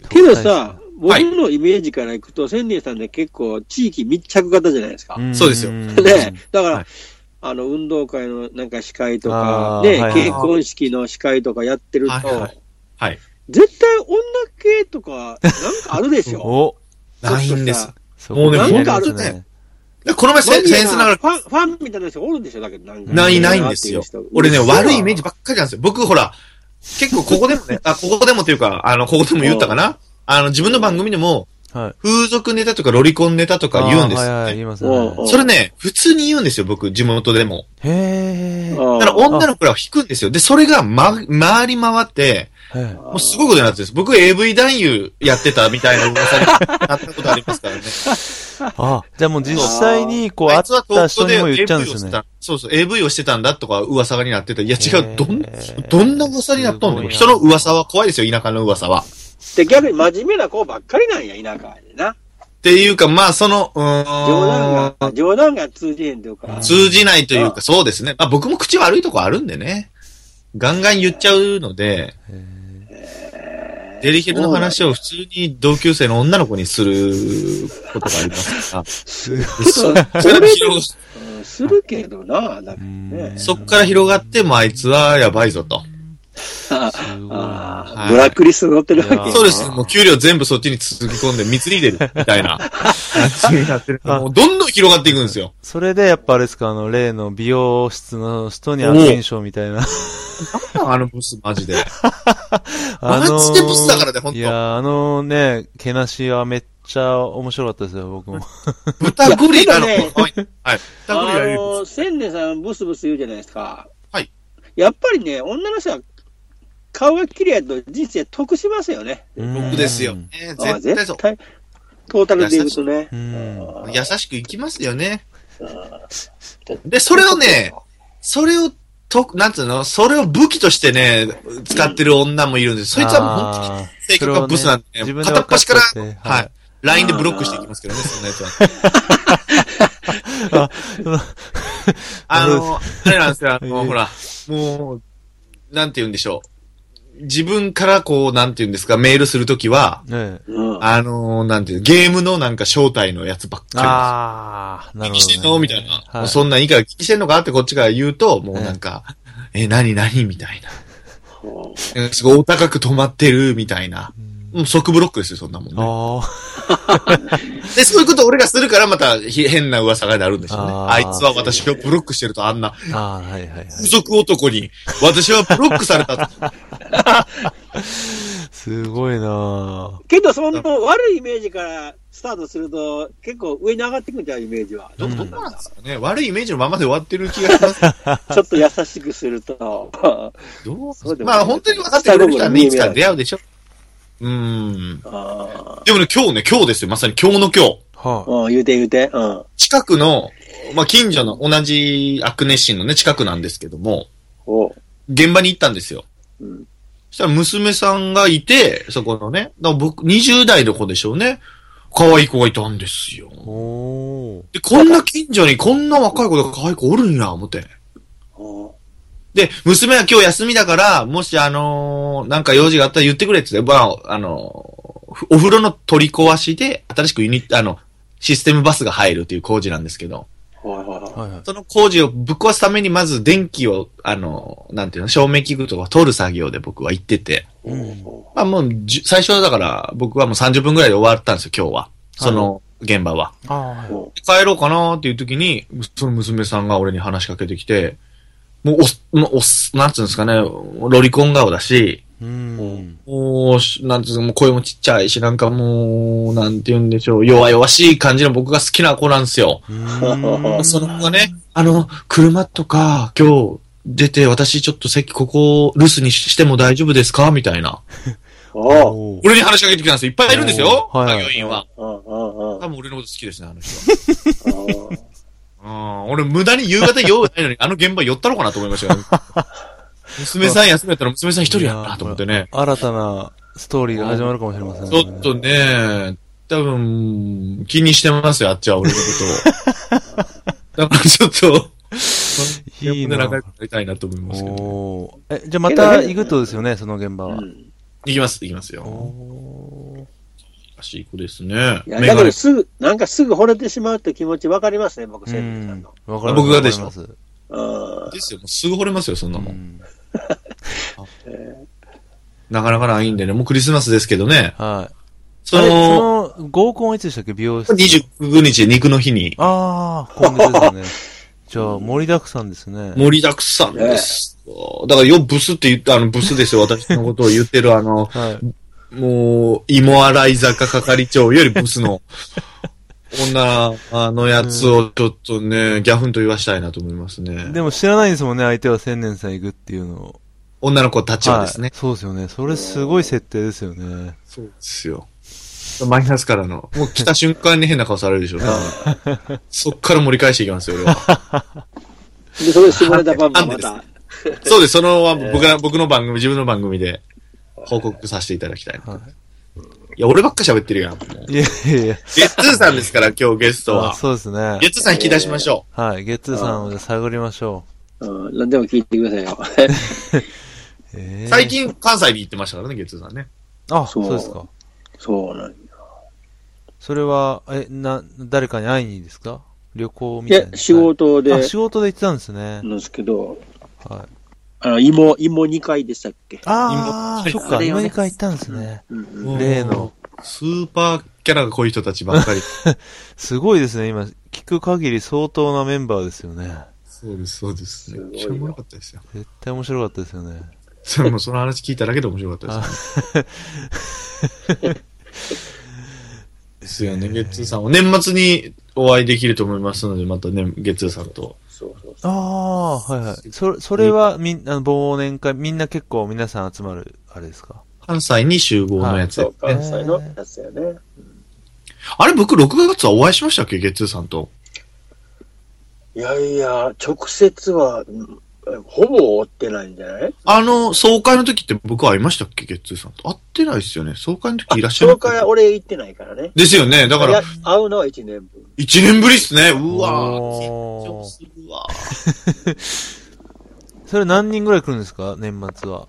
Speaker 3: けどさ、僕
Speaker 2: はい
Speaker 3: のイメージからいくと、千年さんって結構地域密着型じゃないですか。
Speaker 1: ん
Speaker 2: そうですよ
Speaker 3: ね、だから、
Speaker 2: はい
Speaker 3: あの、運動会のなんか司会と
Speaker 1: あ
Speaker 3: か、
Speaker 1: ー
Speaker 3: ね、
Speaker 1: はいはい
Speaker 3: 結婚式の司会とかやってると、
Speaker 2: はいはい。はい。
Speaker 3: 絶対女系とか、なんかあるで しょ
Speaker 1: お
Speaker 2: ないんです。
Speaker 1: そ
Speaker 2: もうね
Speaker 1: こ
Speaker 3: なんかあるね
Speaker 1: 気になります
Speaker 2: この前、せ先生ながら
Speaker 3: ファン、ファンみたいな人おるでしょだけど、なんか。
Speaker 2: ないないんですよ
Speaker 3: ってう人。
Speaker 2: 俺ね、
Speaker 3: うん
Speaker 2: 悪いイメージばっかりなんですよ。僕、ほら、結構ここでもね、あ、ここでもっていうか、あの、ここでも言ったかなあの、自分の番組でも、
Speaker 1: はい。
Speaker 2: 風俗ネタとかロリコンネタとか言うんです
Speaker 1: あーはい
Speaker 2: よ
Speaker 1: はい、
Speaker 2: ね。
Speaker 1: 言いますね
Speaker 3: うんうん
Speaker 2: それね、普通に言うんですよ、僕、地元でも。
Speaker 1: へー
Speaker 2: だから女の子らを引くんですよ。で、それが、ま、回り回って、
Speaker 1: へー
Speaker 2: もうすごいことになってるんです。僕 AV 男優やってたみたいな噂になったことありますからね。
Speaker 1: あ、じゃあもう実際に、 こう、会
Speaker 2: あ
Speaker 1: っ
Speaker 2: いつは
Speaker 1: た
Speaker 2: 東
Speaker 1: 人
Speaker 2: 京で
Speaker 1: にも言っ
Speaker 2: AV
Speaker 1: ちゃう
Speaker 2: を
Speaker 1: んで
Speaker 2: し
Speaker 1: す
Speaker 2: て
Speaker 1: ね。
Speaker 2: た。そうそう、AV をしてたんだとか噂がになってて、いや違
Speaker 1: へー
Speaker 2: う、どん、どんな噂になった
Speaker 1: すごい
Speaker 2: の
Speaker 1: な
Speaker 2: 人の噂は怖いですよ、田舎の噂は。
Speaker 3: で、逆に真面目な子ばっかりなんや、田舎でな。
Speaker 2: っていうか、まあ、その、う
Speaker 3: 冗談
Speaker 2: ー
Speaker 3: が、
Speaker 2: ん。
Speaker 3: 冗談が通じへんというか。
Speaker 2: 通じないという
Speaker 3: あ
Speaker 2: か、そうですね。まあ、僕も口悪いとこあるんでね。ガンガン言っちゃうので、デリヘルの話を普通に同級生の女の子にすることがありますから。
Speaker 1: す ごい。
Speaker 2: そ それが広が
Speaker 3: うんするけどな、だって
Speaker 1: う
Speaker 3: ね
Speaker 1: ん。
Speaker 2: そっから広がって、もうあいつはやばいぞと。
Speaker 1: すごいな。
Speaker 3: あ
Speaker 2: は
Speaker 3: あ、
Speaker 2: い
Speaker 3: ブラックリストに載ってる
Speaker 1: いやー
Speaker 3: わけ。
Speaker 2: そうです。もう給料全部そっちにつぎ込んで、貢いでる、みたいな。もうどんどん広がっていくんですよ。
Speaker 1: それで、やっぱあれですか、あの、例の美容室の人に悪印象みたい な。
Speaker 2: あのブス、マジで。
Speaker 1: あのー
Speaker 2: マジでブスだからねほんと
Speaker 1: いやー、あのね、けなしはめっちゃ面白かったですよ、僕も。
Speaker 2: 豚ゴリラの、はい。はい
Speaker 3: あ
Speaker 2: 豚ゴリラよ
Speaker 3: の、千年さんブスブス言うじゃないですか。
Speaker 2: はい。
Speaker 3: やっぱりね、女の人は顔が綺麗やと人生得しますよね。
Speaker 1: うん
Speaker 2: り僕ですよ。ね
Speaker 3: ああ
Speaker 2: 絶対そう。
Speaker 3: 絶対トータルでいくとね。
Speaker 1: うん
Speaker 3: うん
Speaker 2: 優しくいきますよね。で、それをね、それを、と、なんつうのそれを武器としてね、使ってる女もいるんです。そいつはもう本当に
Speaker 1: あー
Speaker 2: 性格がブスなんで、
Speaker 1: それをね
Speaker 2: ね、片っ端から
Speaker 1: 自分で分、かっち
Speaker 2: は
Speaker 1: ゃっ
Speaker 2: い。LINE でブロックしていきますけどね、そんなやつは。あの、あれなんですよ、あ
Speaker 1: え
Speaker 2: の、
Speaker 1: え
Speaker 2: ほら、もう、なんて言うんでしょう。自分からこう、なんて言うんですか、メールするときは、
Speaker 1: ね
Speaker 3: うん
Speaker 2: あの、なんていう、ゲームのなんか招待のやつばっか
Speaker 1: ああ、な
Speaker 2: り
Speaker 1: る
Speaker 2: です。気
Speaker 1: ほど、
Speaker 2: にしてんのみたい
Speaker 1: は
Speaker 2: な。
Speaker 1: い
Speaker 2: も
Speaker 1: う
Speaker 2: そんなんいいから気にしてんのかってこっちから言うと、もうなんか、え、なになにみたいな。うんすごいお高く止まってる、みたいな。うん、即ブロックですよ、そんなもんね。
Speaker 1: あー
Speaker 2: で、そういうことを俺がするからまたひ変な噂がなるんでしょうね。
Speaker 1: あー
Speaker 2: あいつは私をブロックしてるとあんな、
Speaker 1: あー、はいはいはい。
Speaker 2: 不足男に、私はブロックされたと。
Speaker 1: すごいな
Speaker 3: けど、その悪いイメージからスタートすると、結構上に上がってくんじゃうイメージは。
Speaker 2: ど、
Speaker 1: ん
Speaker 2: どうなんですかね悪いイメージのままで終わってる気がします。
Speaker 3: ちょっと優しくすると。
Speaker 2: ど
Speaker 3: そう
Speaker 2: う
Speaker 3: でも
Speaker 2: まあ本当に分かってくれる人はね、いつか出会うでしょうーん。
Speaker 3: あ
Speaker 2: でもね、今日ね、今日ですよ。まさに今日の今日。
Speaker 1: は
Speaker 3: うん、言うて言うて。うん。
Speaker 2: 近くの、まあ近所の同じアクネ市のね、近くなんですけども、
Speaker 3: おう
Speaker 2: 現場に行ったんですよ。
Speaker 3: うん。
Speaker 2: そしたら娘さんがいて、そこのね、だから僕、20代の子でしょうね。可愛い子がいたんですよ。
Speaker 1: い。おー。
Speaker 2: で、こんな近所にこんな若い子が可愛い子おるんや、思って。
Speaker 3: おう
Speaker 2: で、娘は今日休みだから、もしあのーなんか用事があったら言ってくれって言って、まあ、あのーふお風呂の取り壊しで、新しくユニット、あの、システムバスが入るっていう工事なんですけど、
Speaker 3: はいはいはい
Speaker 1: はいはい。
Speaker 2: その工事をぶっ壊すために、まず電気を、あの、なんていうの、照明器具とかを取る作業で僕は行ってて。まあもうじゅ、最初はだから、僕はもう30分ぐらいで終わったんですよ、今日は。その現場は。
Speaker 1: ああ、はい。
Speaker 2: 帰ろうかなっていう時に、その娘さんが俺に話しかけてきて、もうおす、もうおす、なんつうんですかね、ロリコン顔だし、
Speaker 1: うん。
Speaker 2: もうし、なんつうの、もう声もちっちゃいし、なんかもう、なんて言うんでしょう、弱々しい感じの僕が好きな子なんですよ。
Speaker 1: うん
Speaker 2: その子がね、あの、車とか、今日、出て、私ちょっと席ここを留守にしても大丈夫ですかみたいな。
Speaker 3: あ
Speaker 1: おー
Speaker 2: 俺に話しかけてきたんですよ。いっぱいいるんですよ。
Speaker 1: おーはいはい
Speaker 2: 作業員は。
Speaker 3: あ、ああ、ああ、あ
Speaker 2: 多分俺のこと好きですね、あの人は。
Speaker 3: あ。
Speaker 2: うん俺無駄に夕方用がないのに、あの現場寄ったろうかなと思いま したよ。娘さん休めたら娘さん一人やなと思ってね。
Speaker 1: 新たなストーリーが始まるかもしれませんね。
Speaker 2: ちょっとね、多分、気にしてますよ、あっちは俺の ことを。だからちょっと、
Speaker 1: いいな
Speaker 2: 仲良くなりたいなと思いますけど。
Speaker 1: おーえ、じゃあまた行くとですよね、その現場は。
Speaker 3: うん
Speaker 2: いきます、いきますよ。
Speaker 1: おー
Speaker 2: らしい子ですね。
Speaker 3: いや、
Speaker 2: メガ
Speaker 3: だけ
Speaker 2: ネ
Speaker 3: どすぐ、なんかすぐ惚れてしまうって気持ちわかりますね、僕、セブンさんの。
Speaker 1: わかります
Speaker 2: 僕がでしょ
Speaker 1: わかります
Speaker 3: うん
Speaker 2: ですよ、もうすぐ惚れますよ、そんなも。
Speaker 1: うんん
Speaker 2: なかなかないいんでね、もうクリスマスですけどね。
Speaker 1: はい。
Speaker 2: そ
Speaker 1: あれ
Speaker 2: の、
Speaker 1: その、合コンはいつでしたっけ美容室。
Speaker 2: 29日、肉の日に、
Speaker 1: ああ、今月ですね。 じゃあ、盛りだくさんですね。
Speaker 2: 盛りだくさんです。だからよ、ブスって言った、あの、ブスですよ、私のことを言ってる、あ の、
Speaker 1: はい。
Speaker 2: もう、芋洗い坂係長よりブス の、女あのやつをちょっとね、ギャフンと言わしたいなと思いますね。
Speaker 1: でも知らないんですもんね、相手は千年さん行くっていうのを。
Speaker 2: 女の子たちはです
Speaker 1: は
Speaker 2: ね
Speaker 1: い。そうですよね。それすごい設定ですよね。
Speaker 2: そうですよ。マイナスからの。もう来た瞬間に変な顔されるでしょうね。 そっから盛り返していきますよ、俺は。
Speaker 3: で、それで絞れたパンもま
Speaker 2: なん
Speaker 3: た。
Speaker 2: そうです、そのまま僕が、僕の番組、自分の番組で報告させていただきたいな。
Speaker 1: はい
Speaker 2: や、俺ばっか喋ってるやん。もう
Speaker 1: い。いやいやいや。
Speaker 2: ゲッツーさんですから、今日ゲスト
Speaker 1: あ
Speaker 2: は。
Speaker 1: そうですね
Speaker 2: ゲ。ッツーさん引き出しましょ
Speaker 1: はい。ゲッツーさんを探りましょ
Speaker 3: うん、何でも聞いてくださいよ。
Speaker 1: う。え
Speaker 2: う。
Speaker 1: ー
Speaker 2: 最。近関西に行ってましたからね、ゲッツーさんね。
Speaker 1: あ、そ
Speaker 3: そうう
Speaker 1: ですか。
Speaker 3: そうなん
Speaker 1: それは、え、な、誰かに会いにですか旅行み
Speaker 3: い
Speaker 1: たい
Speaker 3: や、
Speaker 1: な。
Speaker 3: 仕事で、
Speaker 1: はいあ、
Speaker 3: な
Speaker 1: 仕事で行ってたんですね。
Speaker 3: んですけど、
Speaker 1: はい。
Speaker 3: あの、芋、芋2回でしたっけ
Speaker 1: ああ、
Speaker 2: 芋
Speaker 1: そっか、
Speaker 3: あれ
Speaker 1: ア
Speaker 3: よね
Speaker 1: メリカ行ったんですね。
Speaker 3: うんうん
Speaker 2: うん
Speaker 1: 例の。
Speaker 2: スーパーキャラが濃い人たちばっかり。
Speaker 1: すごいですね、今、聞く限り相当なメンバーですよね。
Speaker 2: そうです、そうです。
Speaker 3: すごいよ
Speaker 2: めっちゃおもろかったですよ。
Speaker 1: 絶対面白かったですよね。
Speaker 2: それもその話聞いただけで面白かったですよね。ですよね、ゲッツーさんは。年末にお会いできると思いますので、またね、ゲッツーさんと。
Speaker 3: そうそうそう。
Speaker 1: ああー、はいはい。そ、それはみんな、あの忘年会、みんな結構皆さん集まる、あれですか。
Speaker 2: 関西に集合のやつ
Speaker 3: そ
Speaker 2: で
Speaker 3: う、関西のやつやね。
Speaker 2: あれ、僕6月はお会いしましたっけゲッツーさんと。
Speaker 3: いやいや、直接は、うんほぼ追ってないんじゃない
Speaker 2: あの、総会の時って僕会いましたっけゲッツーさんと。会ってないですよね。総会の時いらっしゃる
Speaker 3: 紹介は俺行ってないからね。
Speaker 2: ですよね。だか
Speaker 3: いや
Speaker 2: ら、
Speaker 3: 会うのは1年分。
Speaker 2: 1年ぶりっすね。うわぁ。緊
Speaker 1: お
Speaker 2: 張
Speaker 1: ー
Speaker 2: するわ
Speaker 1: それ何人ぐらい来るんですか、年末は。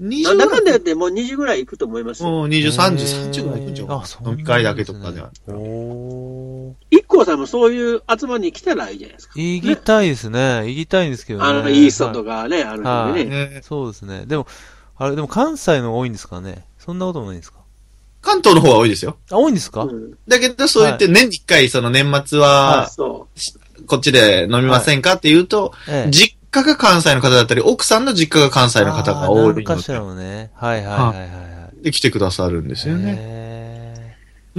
Speaker 3: なんだかんだ
Speaker 2: で
Speaker 3: やってもう2時ぐらい行くと思いますよ。
Speaker 2: もう
Speaker 1: え
Speaker 2: 20、
Speaker 1: ー
Speaker 2: 30、30ぐらい行くんじゃん。
Speaker 1: あ、そうなん
Speaker 2: 飲み会だけとかでは
Speaker 1: す。ねおー。
Speaker 3: 一光さんもそういう集まりに来たらいいじゃないですか。
Speaker 1: 行きたいですね。行きたいんですけどね。
Speaker 3: あの、イースト
Speaker 1: は
Speaker 3: と
Speaker 1: い
Speaker 3: かね、あの辺でね。
Speaker 2: ね
Speaker 1: そうですね。でも、あれ、でも関西の多いんですかね。そんなこともないんですか。
Speaker 2: 関東の方は多いですよ。
Speaker 1: あ、多いんですか、
Speaker 3: うん
Speaker 2: だけど、そう言って年に1回、その年末
Speaker 3: あ
Speaker 2: は、
Speaker 3: そ
Speaker 2: こっちで飲みませんかって言うと、
Speaker 1: ええ
Speaker 2: 実家が関西の方だったり、奥さんの実家が関西の方が
Speaker 1: あー
Speaker 2: 多
Speaker 1: 何
Speaker 2: いの
Speaker 1: かしら
Speaker 2: で
Speaker 1: のね。はいはいはいはいはい。
Speaker 2: で、来てくださるんですよね。
Speaker 1: へー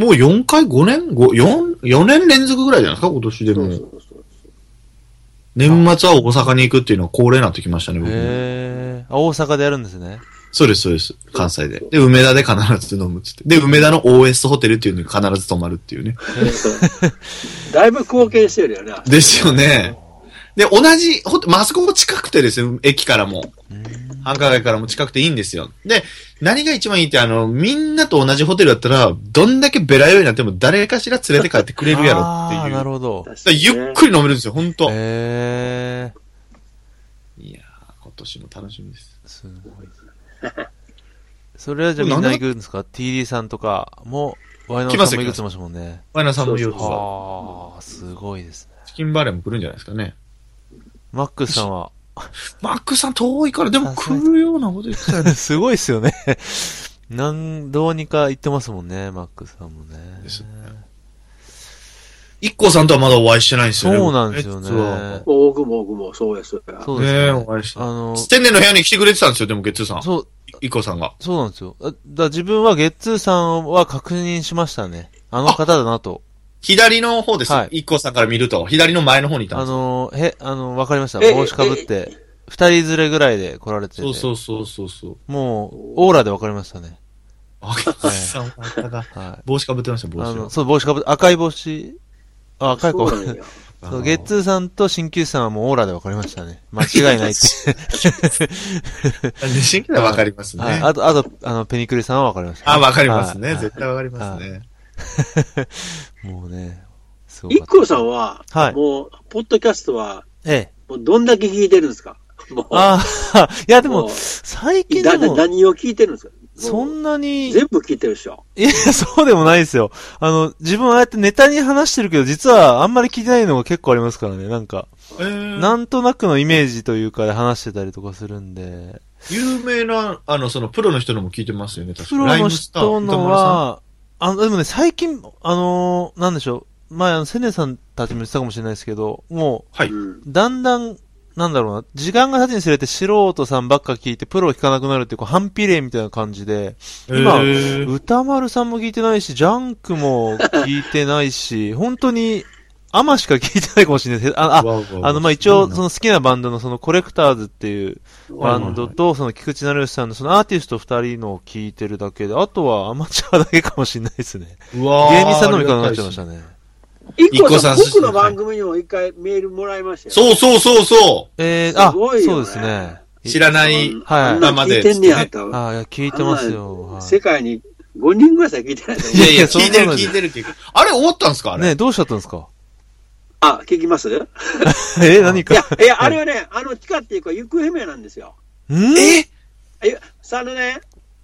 Speaker 2: もう4回、5年、5、4、4年連続ぐらいじゃないですか、今年で
Speaker 3: う。そ
Speaker 2: も
Speaker 3: う。そうそう。
Speaker 2: 年末は大阪に行くっていうのは恒例になってきましたね、僕も。
Speaker 1: へーあ、大阪でやるんですね。
Speaker 2: そうです、そうです。関西で。で、梅田で必ず飲むっつって。で、梅田の OS ホテルっていうのに必ず泊まるっていうね。
Speaker 3: だいぶ貢献してるよね。
Speaker 2: ですよね。で、同じホテル、まああそこも近くてですよ、駅からも。繁華街からも近くていいんですよ。で、何が一番いいって、あの、みんなと同じホテルだったら、どんだけベラようになっても誰かしら連れて帰ってくれるやろって
Speaker 1: あー
Speaker 2: いう。
Speaker 1: な
Speaker 2: だ
Speaker 1: る
Speaker 2: か
Speaker 1: ほど。
Speaker 2: らゆっくり飲めるんですよ、ほんと。
Speaker 1: へー
Speaker 2: いやー、今年も楽しみです。
Speaker 1: すごい。それはじゃあみんな行くんですか ?TD さんとかもワイナ
Speaker 2: 来
Speaker 1: ー
Speaker 2: ま
Speaker 1: さ
Speaker 2: す
Speaker 1: ん
Speaker 2: よ
Speaker 1: もいくつもしもんね。
Speaker 2: ワイナさんの夜は、
Speaker 1: はあ、すごいですね。
Speaker 2: チキンバレーも来るんじゃないですかね。
Speaker 1: マックスさんは、
Speaker 2: マックさん遠いから、でも来るようなこと言ってたよね
Speaker 1: すごいですよね。 なん、どうにか言ってますもんね、マックスさんもね。
Speaker 2: ですね一個さんとはまだお会いしてないんですよね。
Speaker 1: そうなんですよね
Speaker 2: 実は。
Speaker 3: 大久保、大久保、そうです。
Speaker 1: そうです
Speaker 2: ねえ、
Speaker 1: ね。
Speaker 2: お会いして
Speaker 1: あ。の、
Speaker 2: ステンレーの部屋に来てくれてたんですよ、でも、ゲッツーさん。
Speaker 1: そう、
Speaker 2: 一個さんが。
Speaker 1: そうなんですよ。あだ自分はゲッツーさんは確認しましたね。あの方だなと。
Speaker 2: 左の方です
Speaker 1: は
Speaker 2: よ
Speaker 1: い。
Speaker 2: 一個さんから見ると。左の前の方にいたん
Speaker 1: あ
Speaker 2: ですよ
Speaker 1: の、へ、あの、わかりました。
Speaker 3: え
Speaker 1: 帽子かぶって、二人連れぐらいで来られてて。
Speaker 2: そうそうそうそうそう。
Speaker 1: もう、オーラでわかりましたね。
Speaker 2: あ、ゲッツーさんはあったか。
Speaker 1: はい。
Speaker 2: 帽子かぶってました、帽
Speaker 1: あの、
Speaker 2: 子。
Speaker 1: そう、帽子かぶって、赤い帽子、あ、赤い
Speaker 3: そ
Speaker 1: 子。
Speaker 3: うなんや。
Speaker 2: あ
Speaker 1: そう
Speaker 2: の
Speaker 1: ゲッツーさんと鍼灸師さんはもうオーラで分かりました ね。間違いないって。
Speaker 2: 自信がわかりますね。
Speaker 1: はい。あと、あと、あの、ペニクリさんは分かりました、
Speaker 2: あ、わかります
Speaker 1: はい
Speaker 2: ね。
Speaker 1: はい
Speaker 2: 絶対わかりますね。
Speaker 1: もうね、すごか
Speaker 3: 一
Speaker 1: った
Speaker 3: 個さんは、
Speaker 1: はい
Speaker 3: もう、ポッドキャストは、
Speaker 1: ええ。
Speaker 3: もうどんだけ聞いてるんですか もう、
Speaker 1: ああ、 いやで
Speaker 3: も
Speaker 1: も
Speaker 3: う、
Speaker 1: 最近
Speaker 3: だ
Speaker 1: で
Speaker 3: だ
Speaker 1: も、
Speaker 3: 何を聞いてるんですか
Speaker 1: そ
Speaker 3: も
Speaker 1: んな
Speaker 3: う
Speaker 1: に、
Speaker 3: 全部聞いてるでしょ。。
Speaker 1: いや、 そうでもないですよ。あの、自分ああやってネタに話してるけど、実はあんまり聞いてないのが結構ありますからね、なんか。
Speaker 2: えー
Speaker 1: なんとなくのイメージというかで話してたりとかするんで。
Speaker 2: 有名な、あの、その、プロの人のも聞いてますよね、確か
Speaker 1: プロ
Speaker 2: ライ
Speaker 1: の
Speaker 2: ムスター
Speaker 1: 人の
Speaker 2: 歌
Speaker 1: は、あの、でもね、最近、あのーなんでしょう。前、あの、セネさんたちも言ってたかもしれないですけど、も
Speaker 2: 丸さんはいう
Speaker 3: ん。
Speaker 1: う、だんだん、なんだろうな、時間が経つにつれて素人さんばっか聞いて、プロを聞かなくなるっていう、こう、反比例みたいな感じで、今
Speaker 2: えー
Speaker 1: 歌丸さんも聞いてないし、ジャンクも聞いてないし、 本当に、アマしか聞いてないかもしれないです。あ、あ
Speaker 2: わうわうわ
Speaker 1: あの、まあ、一応、そ
Speaker 2: すごい
Speaker 1: の好きなバンドのそのコレクターズっていう
Speaker 2: はい
Speaker 1: バ
Speaker 2: はいはい
Speaker 1: ンドと、その菊池成吉さんのそのアーティスト二人のを聞いてるだけで、あとはアマチュアだけかもしれないですね。
Speaker 2: なうわー
Speaker 1: 芸人さんのみかなくなっちゃいましたね。
Speaker 3: 一個さ
Speaker 2: 一個さ
Speaker 3: ん、
Speaker 2: ん
Speaker 3: 僕の番組にも一回メールもらいましたよ。
Speaker 2: そうそうそうそ
Speaker 1: えー、あ、
Speaker 3: すごいよ
Speaker 1: そ
Speaker 3: ね
Speaker 1: うですね。
Speaker 2: う知ら
Speaker 3: う
Speaker 2: ない。
Speaker 1: はい
Speaker 3: あんな聞いてんねやったわ。
Speaker 1: あ、いや、聞いてますよ。
Speaker 3: あんな
Speaker 1: はい
Speaker 3: 世界に5人ぐらいしか聞いてないと思う
Speaker 2: いやいや、
Speaker 1: そんな
Speaker 2: 聞
Speaker 1: い
Speaker 2: てる
Speaker 1: の
Speaker 2: 聞いてるっていうか。あれ終わったんですかあれ。
Speaker 1: ねどうしちゃったんですか
Speaker 3: あ、聞きます い
Speaker 1: えー、何か
Speaker 3: や。、いや、あれはね、あの、地下っていうか、行方不明なんですよ。
Speaker 1: ん
Speaker 2: え
Speaker 3: え、さあのね、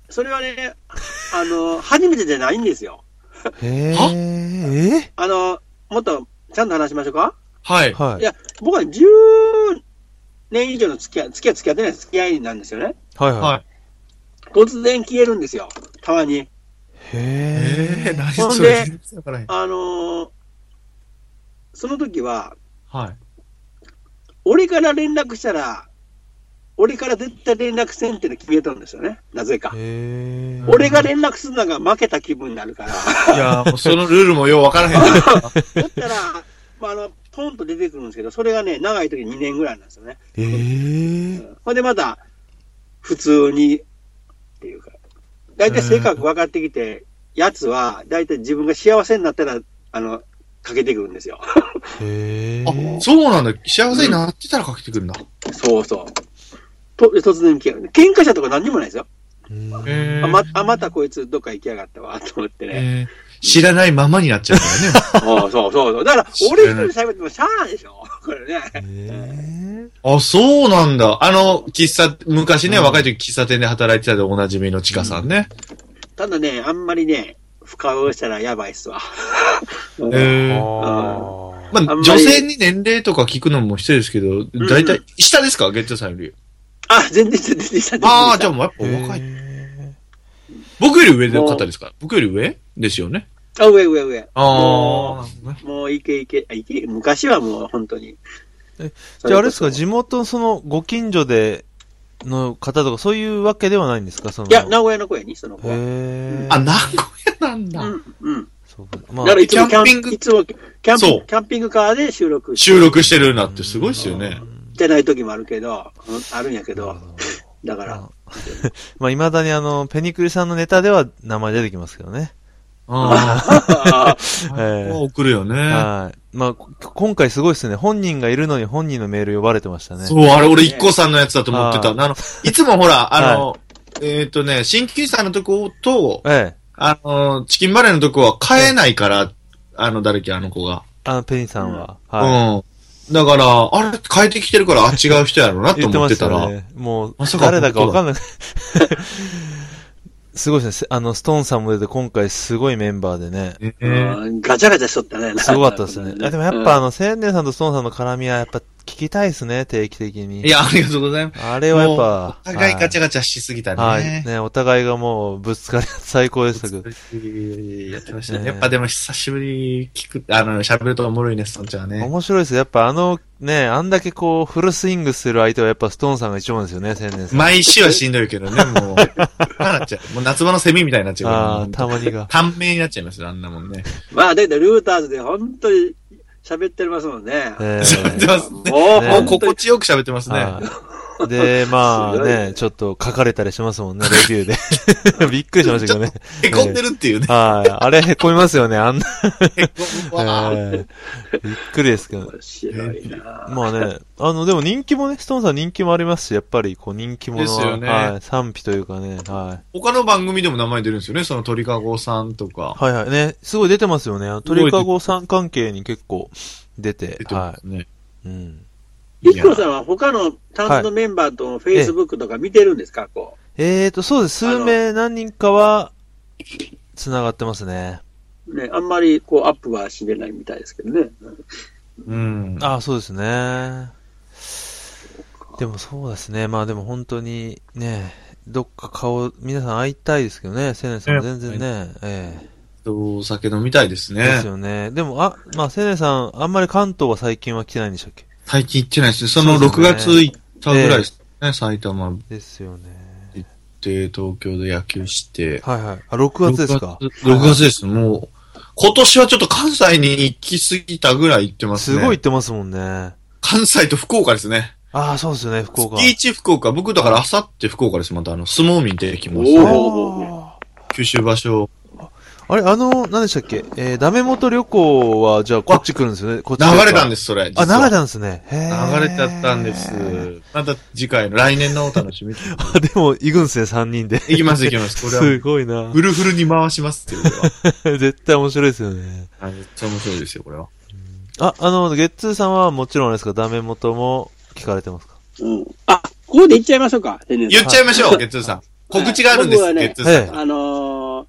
Speaker 3: それはね、あの、初めてじゃないんですよ。
Speaker 1: へ
Speaker 2: は
Speaker 1: ーえ
Speaker 3: あの、もっと、ちゃんと話しましょうか。
Speaker 2: はい。
Speaker 1: ーはい
Speaker 3: い。や、僕は10年以上の付き合い、付き合い、付き合ってない付き合いなんですよね。
Speaker 1: はいは。
Speaker 2: はいい。
Speaker 3: 突然消えるんですよ。たまに。
Speaker 1: へー
Speaker 2: 何
Speaker 3: ほんで
Speaker 2: それ全然わからへん
Speaker 3: あのその時は、
Speaker 2: はい。
Speaker 3: 俺から連絡したら、俺から絶対連絡せんっていうの決めたんですよね。なぜか。
Speaker 1: へー
Speaker 3: 俺が連絡するのが負けた気分になる から。
Speaker 2: いや、もうそのルールもようわからへんな。
Speaker 3: だったら、まあ、あの、ポンと出てくるんですけど、それがね、長い時2年ぐらいなんですよね。
Speaker 1: えー
Speaker 3: ほんでまた、普通に、っていうか、大体性格分かってきて、やつは、大体自分が幸せになったら、あの、かけてくるんですよ。
Speaker 1: へー
Speaker 2: あ、そうなんだ。幸せになってたらかけてくるんだ。
Speaker 3: そうそう。と突然消える。喧嘩したとか何にもないですよ。
Speaker 1: うん
Speaker 2: え
Speaker 3: あまあまたこいつどっか行きやがったわ、と思ってね。
Speaker 2: えー知らないままになっちゃうからね。
Speaker 3: そうそうそうそう。だから、俺一人で喋ってもしゃあないでしょ。 これね。
Speaker 1: へー
Speaker 2: あ、そうなんだ。あの、喫茶、昔ね、
Speaker 1: うん
Speaker 2: 若い時喫茶店で働いてたでおなじみのちかさんね。
Speaker 3: ただね、あんまりね、深追いしたらやばいっすわ。うん
Speaker 2: えー
Speaker 1: あー
Speaker 2: まあ
Speaker 3: あんまり
Speaker 2: 女性に年齢とか聞くのも失礼ですけど、だいたい、下ですかゲットさんより。
Speaker 3: あ、全然全然全然。
Speaker 2: ああ、じゃあもうやっぱお若い。
Speaker 1: へ
Speaker 2: 僕より上の方ですか僕より上ですよね。
Speaker 3: あ、上上上。
Speaker 2: ああ。
Speaker 3: もういけいけ、あいけ、昔はもう本当に。
Speaker 1: え
Speaker 3: そ
Speaker 1: じゃああれです
Speaker 3: こ
Speaker 1: か、
Speaker 3: そ
Speaker 1: 地元のそのご近所での方とかそういうわけではないんですかその。
Speaker 3: いや、名古屋の子やに、その子は。
Speaker 1: へー
Speaker 2: あ、名古屋なん
Speaker 3: う
Speaker 2: だ。
Speaker 3: ん、うん。
Speaker 1: そうか。ま
Speaker 3: だ
Speaker 1: あ
Speaker 3: か、らいつも
Speaker 2: キ
Speaker 3: キ
Speaker 2: ャ
Speaker 3: ャ
Speaker 2: ン
Speaker 3: ン
Speaker 2: ピ
Speaker 3: ピ
Speaker 2: ン
Speaker 3: ン
Speaker 2: グ
Speaker 3: グ、いつもキャン
Speaker 2: そ
Speaker 3: ピ
Speaker 2: う
Speaker 3: キャンピングカーで収録
Speaker 2: 収録してるなってすごいっすよね。
Speaker 3: じゃない時もあるけど、うんあるんやけ
Speaker 1: け
Speaker 3: ど、だから、
Speaker 1: まあ、まあ、未だにあの、ペニクリさんのネタでは名前出てきますけどね。
Speaker 2: あ
Speaker 3: あ
Speaker 2: あ。
Speaker 1: ええ
Speaker 2: 送るよね。
Speaker 1: はい。まあ、こ今回すごいですね。本人がいるのに本人のメール呼ばれてましたね。
Speaker 2: そう、あれ俺一個さんのやつだと思ってた。
Speaker 1: あ
Speaker 2: あの、いつもほら、あの、えっとね、新規さんのとこと、
Speaker 1: ええ。
Speaker 2: あの、チキンバレーのとこは買えないから、あの、誰っけ、あの子が。
Speaker 1: あの、ペニさんは。はい。
Speaker 2: うん。だから、あれ変えてきてるから、あ、違う人やろうなと
Speaker 1: 言って
Speaker 2: 思
Speaker 1: ま
Speaker 2: って
Speaker 1: したた
Speaker 2: ら、
Speaker 1: ね。もう
Speaker 2: まさ、か
Speaker 1: 誰だかわかんない。 すごいですね。あの、ストーンさんも出て、今回すごいメンバーでね。
Speaker 2: うん
Speaker 3: うんガチャガチャしとったね。
Speaker 1: すごかったです ね。あでもやっぱ、あ
Speaker 3: うん、
Speaker 1: の、千年さんとストーンさんの絡みは、やっぱ聞きたいですね、定期的に。
Speaker 2: いや、ありがとうございます。
Speaker 1: あれはやっぱ。
Speaker 2: お互いガチャ
Speaker 1: ャ
Speaker 2: ガチャしすぎたね。
Speaker 1: はい。ね、お互いがもう、ぶつかり合って最高でしたけど。
Speaker 2: やってました
Speaker 1: ね
Speaker 2: ね。やっぱでも久しぶりに聞く、あの、喋るとおもろいね、そんちゃんはね。
Speaker 1: 面白いですよ。やっぱあの、ね、あんだけこう、フルスイングする相手はやっぱストーンさんが一番ですよね、千年さん。
Speaker 2: 毎週はしんどいけどね、もう。なっちゃう。もう夏場のセミみたいになっちゃうから
Speaker 1: ああ、たまにが。
Speaker 2: 短命になっちゃいますよ、あんなもんね。
Speaker 3: まあ、だけど、ルーターズで本当に喋ってますもんね。
Speaker 1: え
Speaker 2: 喋って
Speaker 1: ー
Speaker 2: ます
Speaker 3: もう
Speaker 1: ね
Speaker 2: ね。もう
Speaker 3: 本当
Speaker 2: 心
Speaker 3: に
Speaker 2: 地よく喋ってますね。
Speaker 1: はいで、まあ
Speaker 3: すごいね
Speaker 1: ね、ちょっと書かれたりしますもんね、レビューで。びっくりしましたけどね。
Speaker 2: へこんでるっていうね。
Speaker 1: はい。あれ、へこみますよね、あんな。
Speaker 2: へこむ わー
Speaker 1: えーびっくりですけど。
Speaker 3: 面白いな。
Speaker 1: まあね、あの、でも人気もね、ストーンさん人気もありますし、やっぱりこう人気者
Speaker 2: ですよね
Speaker 1: はい、賛否というかね、はい。
Speaker 2: 他の番組でも名前出るんですよね、その鳥かごさんとか。
Speaker 1: はいはい。ね、すごい出てますよね。鳥かごさん関係に結構出て
Speaker 2: 出、てま
Speaker 1: は
Speaker 2: すね。
Speaker 1: い。うん。
Speaker 3: いっこさんは他の担当メンバーとのフェイスブックとか見てるんですかこ
Speaker 1: えーと、そうです。数名何人かは、繋がってますね。
Speaker 3: う。ね、あんまりこうアップはしれないみたいですけどね。
Speaker 2: うん。
Speaker 1: ああ、そうですね。でもそうですね。まあでも本当に、ね、どっか顔、皆さん会いたいですけどね。セネさんも全然ね、ええ
Speaker 2: お酒飲みたいです
Speaker 1: で
Speaker 2: ね
Speaker 1: す。よね。でも、あ、まあ、せねさん、あんまり関東は最近は来てないんでしたっけ
Speaker 2: 最近行ってないですね。その
Speaker 1: そうです
Speaker 2: 6
Speaker 1: ね
Speaker 2: 月行ったぐらいですね。埼玉行っ
Speaker 1: ですよね。
Speaker 2: て、東京で野球して。
Speaker 1: はいはい。あ、6月ですか。
Speaker 2: 6月 ,6 月です。もう、今年はちょっと関西に行き過ぎたぐらい行ってます
Speaker 1: す
Speaker 2: ね。
Speaker 1: ごい行ってますもんね。あ
Speaker 2: 関西と福岡ですね。
Speaker 1: あ、そうですよね、福岡。
Speaker 2: 月一福岡。僕だからあさって福岡です。またあの、相撲見てきます
Speaker 3: お
Speaker 2: ね。
Speaker 3: ー
Speaker 1: あ
Speaker 2: 九州場所。
Speaker 1: ーあれ、あの、何でしたっけえー、ダメ元旅行は、じゃあ、こっち来るんですよね。こっち
Speaker 2: 流
Speaker 1: というか
Speaker 2: れたんです、それ。
Speaker 1: あ、
Speaker 2: 実は
Speaker 1: 流れたんですね。へー
Speaker 2: 流れちゃったんです。また次回の、来年のお楽しみ。
Speaker 1: あ、でも、行くんですね、3人で。
Speaker 2: いきます、いきます。 これ
Speaker 1: す
Speaker 2: は、
Speaker 1: ごいな
Speaker 2: フ。ルフルに回しますっていうこ
Speaker 1: 絶対面白いですよね。
Speaker 2: れは。めっちゃ面白いですよ、これは。
Speaker 1: あ、あの、ゲッツーさんはもちろんですか、ダメ元も聞かれてますか
Speaker 3: うん。あ、ここで言っちゃいましょうか。天然さん
Speaker 2: 言っちゃいましょう、ゲッツーさん。告知があるんです、
Speaker 3: 僕はね
Speaker 2: ゲッツーさんから。
Speaker 3: あのー、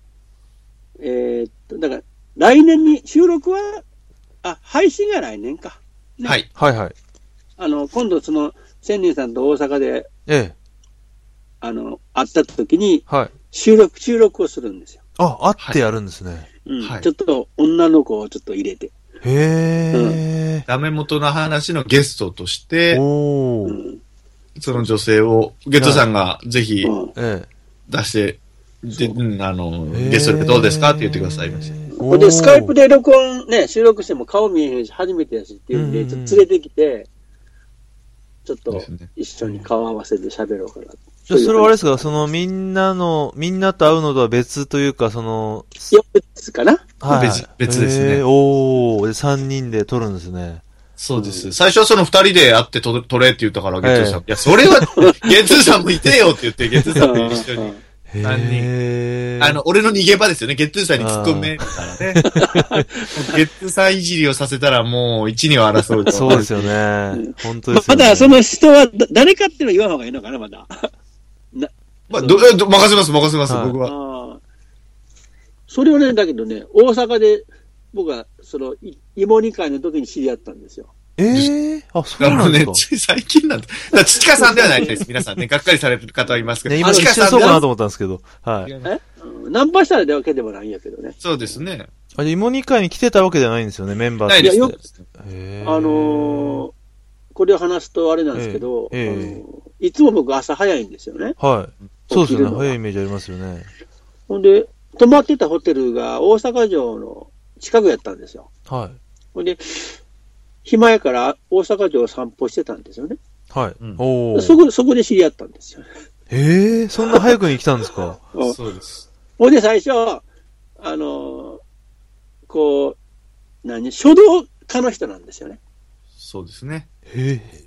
Speaker 3: えーっと、だから、来年に、収録は、あ、配信が来年か。ね
Speaker 2: はい。
Speaker 1: はいはい。
Speaker 3: あの、今度その、千人さんと大阪で、
Speaker 1: ええ、
Speaker 3: あの、会った時に、
Speaker 1: はい。
Speaker 3: 収録、収録をするんですよ。
Speaker 1: あ、会ってやるんですね。
Speaker 3: うん。
Speaker 2: はい
Speaker 3: ちょっと、女の子をちょっと入れて。
Speaker 1: へ
Speaker 2: ダメ元の話のゲストとし
Speaker 1: え。
Speaker 2: て、
Speaker 1: お
Speaker 3: う
Speaker 1: ー。
Speaker 3: ん。
Speaker 2: その女性を、ゲッツーさんがぜひ
Speaker 3: うん
Speaker 1: え
Speaker 2: 出して、で、うんあの、
Speaker 1: え。
Speaker 2: ゲストでどうですかって言ってくださいました。
Speaker 1: お
Speaker 3: ほ
Speaker 1: ー
Speaker 3: んで、スカイプで録音ね、収録しても顔見えへんし、初めてやしっていうん
Speaker 1: う
Speaker 3: で、
Speaker 1: んうん
Speaker 3: ち
Speaker 1: う
Speaker 3: ょ
Speaker 1: ん
Speaker 3: っと連れてきて、ちょっ
Speaker 2: で
Speaker 3: と
Speaker 2: すね
Speaker 3: 一緒に顔合わせて喋ろうかな。
Speaker 1: じゃあそれはあれですか、そのみんなの、みんなと会うのとは別というか、その、
Speaker 3: いや、ですかな
Speaker 1: はい
Speaker 2: 別別ですね
Speaker 1: へーおー。で、3人で撮るんですね。
Speaker 2: そうです。最初はその二人で会ってと撮れって言ったから、ゲッツーさん。いや、それは、ゲッツーさんもいてよって言って、ゲッツーさんと一緒に。
Speaker 1: へ
Speaker 2: 三人
Speaker 1: え。
Speaker 2: あの、、俺の逃げ場ですよね。ゲッツーさんに突っ込め、みたいなね。 ゲッツーさんいじりをさせたらもう一には争うと。
Speaker 1: そうです
Speaker 2: よ。
Speaker 1: よね。本当
Speaker 3: ま
Speaker 1: ですよね。
Speaker 3: だその人はだ誰かっていうのは言わん方がいいのかな、まだ。
Speaker 2: まあ、ど、えど任せます、任せます、
Speaker 1: はい
Speaker 2: 僕は。
Speaker 3: あーそれをね、だけどね、大阪で僕はそのい芋煮会の時に知り合ったんですよ。
Speaker 1: ええ。あ、そう
Speaker 2: なるほ
Speaker 1: な
Speaker 2: ど
Speaker 1: んで
Speaker 2: ね
Speaker 1: すか。。
Speaker 2: つい最近なんだ。だから、チカさんではないです。皆さんね、がっかりされてる方はいますけど。
Speaker 1: ね、今
Speaker 2: チ
Speaker 1: 一
Speaker 2: カ
Speaker 1: 瞬
Speaker 2: さん
Speaker 1: そう
Speaker 2: で
Speaker 1: かな
Speaker 2: は
Speaker 1: と思ったんですけど。はい。
Speaker 2: 違います
Speaker 3: えうんナンパしたらだわけでもないんやけどね。
Speaker 2: そうですね。
Speaker 1: あ、じゃあ芋煮会に来てたわけじゃないんですよね、メンバー
Speaker 2: ない
Speaker 1: と
Speaker 2: で
Speaker 1: して
Speaker 2: すね
Speaker 3: いやよ。
Speaker 1: へー
Speaker 3: あのーこれを話すとあれなんですけど、
Speaker 1: ええ
Speaker 3: あのーいつも僕朝早いんですよね。
Speaker 1: はい。そうです
Speaker 3: 起
Speaker 1: よ
Speaker 3: きる
Speaker 1: ね。
Speaker 3: のが
Speaker 1: 早いイメージありますよね。
Speaker 3: ほんで、泊まってたホテルが大阪城の近くやったんですよ。
Speaker 1: は
Speaker 3: ほんで、暇やから大阪城を散歩してたんですよね。
Speaker 1: い。はい。
Speaker 2: うん
Speaker 1: おお。
Speaker 3: そこ、そこで知り合ったんですよ。
Speaker 1: ええそんな早くに来たんですか
Speaker 3: うん
Speaker 2: そうです。
Speaker 3: ほんで最初、あのーこう、何、書道家の人なんですよね。
Speaker 2: そうですね。
Speaker 1: へえ。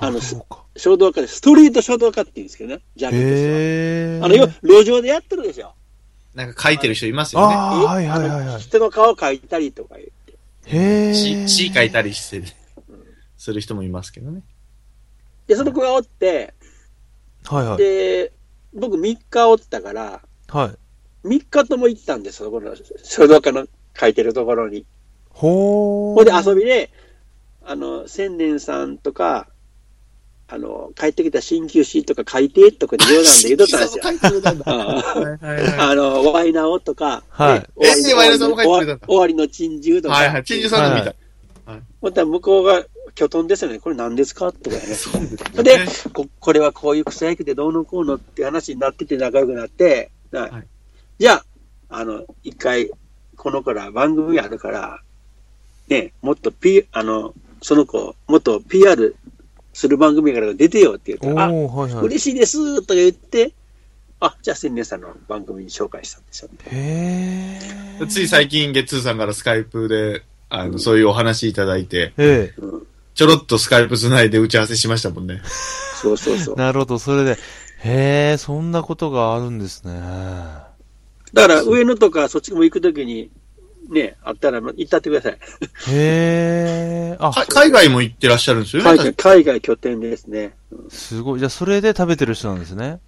Speaker 3: あ
Speaker 1: そ
Speaker 3: の
Speaker 1: うそうか。
Speaker 3: 書道家で、ストリート書道家って言うんですけどね、ジャンルですよ。
Speaker 1: へえ。
Speaker 3: あの、よ、路上でやってるでしょ。
Speaker 2: なんか書いてる人いますよね。
Speaker 1: ああ、はいはいはい
Speaker 3: あの
Speaker 1: はい。
Speaker 3: 人の顔描いたりとか言って。
Speaker 1: へえ。
Speaker 2: 詩詩書いたりして、する人もいますけどね。
Speaker 3: で、その子がおって、
Speaker 1: はいはい。
Speaker 3: で、僕3日おったから、
Speaker 1: はい。
Speaker 3: 3日とも行ったんですよ、この書道家の書いてるところに。
Speaker 1: ほー。
Speaker 3: ここで遊びで、あの、千年さんとか、あの、帰ってきた鍼灸師とか海底とかで冗談で言うとったんで すよ。うん
Speaker 2: はいはいはい。
Speaker 3: あの、ワイナオとか、
Speaker 1: はい
Speaker 3: ね終わり
Speaker 2: えーワイナオさんも帰ってくれたんだ
Speaker 3: 終わりの珍獣とか、
Speaker 2: はいはい。陳さんの見た。
Speaker 3: また向こうが巨トンですよね。これ何ですかとかね。
Speaker 2: そうです
Speaker 3: で
Speaker 2: ね。
Speaker 3: こ、これはこういう草野球でどうのこうのって話になってて仲良くなって、な
Speaker 2: はい
Speaker 3: じゃあ、あの、一回、この子ら番組あるから、ね、もっと P、あの、その子、もっと PR する番組やから出てよって言
Speaker 1: お
Speaker 3: うから、
Speaker 1: ー、はい
Speaker 3: あ、
Speaker 1: はい。
Speaker 3: 嬉しいですとか言って、あ、じゃあ千年さんの番組に紹介したんですよね。
Speaker 1: へー。
Speaker 2: つい最近、ゲッツーさんからスカイプで、あの、そういうお話いただいて、
Speaker 1: え
Speaker 3: うん。
Speaker 2: ちょろっとスカイプ繋いで打ち合わせしましたもんね。
Speaker 3: そうそうそ
Speaker 1: え
Speaker 3: う。
Speaker 1: なるほど、それで。へー、そんなことがあるんですね。
Speaker 3: だから上野とかそっちも行くときに、ね、あったらま行ったってください。
Speaker 1: へー。あ、
Speaker 2: か海外も行ってらっしゃるんですよね。
Speaker 3: 海外海外拠点ですね。
Speaker 1: すごい。じゃあ、それで食べてる人なんですね。